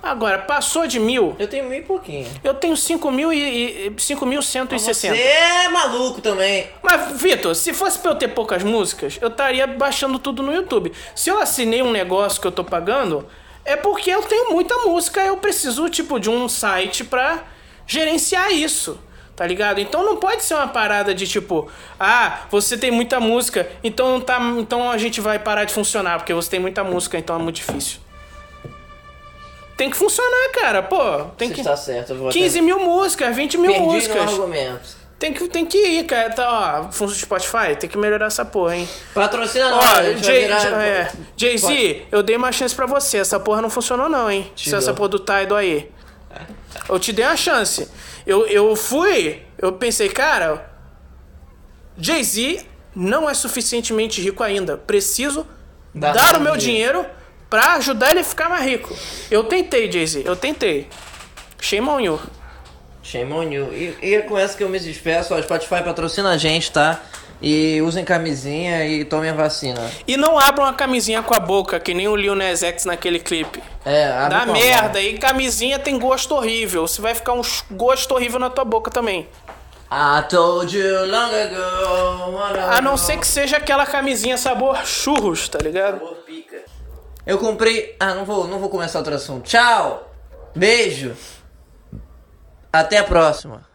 Agora, passou de mil,
Eu tenho meio pouquinho.
eu tenho 5.000 e- e 5.160.
Você é maluco também.
Mas, Vitor, se fosse pra eu ter poucas músicas, eu estaria baixando tudo no YouTube. Se eu assinei um negócio que eu tô pagando, é porque eu tenho muita música, eu preciso, tipo, de um site pra gerenciar isso. Tá ligado? Então não pode ser uma parada de tipo, ah, você tem muita música, então não tá, então a gente vai parar de funcionar, porque você tem muita música, então é muito difícil. Tem que funcionar, cara. Pô, tem
Você
que
está tá certo. Eu vou
15 mil músicas, 20 mil
Perdi no
músicas.
argumento.
Tem que, tem que ir, cara. Tá, ó, funciona Spotify, tem que melhorar essa porra, hein?
Patrocina nós. a
Ó,
gente vai
Jay-
virar-
é, Jay-Z, eu dei uma chance pra você. Essa porra não funcionou, não, hein?
Te
Se essa
dou.
porra do Tidal aí. Eu te dei uma chance. Eu, eu fui, eu pensei, cara, Jay-Z não é suficientemente rico ainda. Preciso
Dá
dar o
pra
meu
ele.
dinheiro pra ajudar ele a ficar mais rico. Eu tentei, Jay-Z, eu tentei. Shame on you.
Shame on you. E, e é com essa que eu me despeço. Ó, Spotify patrocina a gente, tá? E usem camisinha e tomem a vacina.
E não abram a camisinha com a boca, que nem o Lil Nas X naquele clipe.
É, abre
Dá
com a
merda, e camisinha tem gosto horrível. Você vai ficar um ch- gosto horrível na tua boca também.
mão. I told you long ago. what I
A não
know.
ser que seja aquela camisinha sabor churros, tá ligado?
Eu comprei. Ah, não vou, não vou começar outro assunto. Tchau. Beijo. Até a próxima.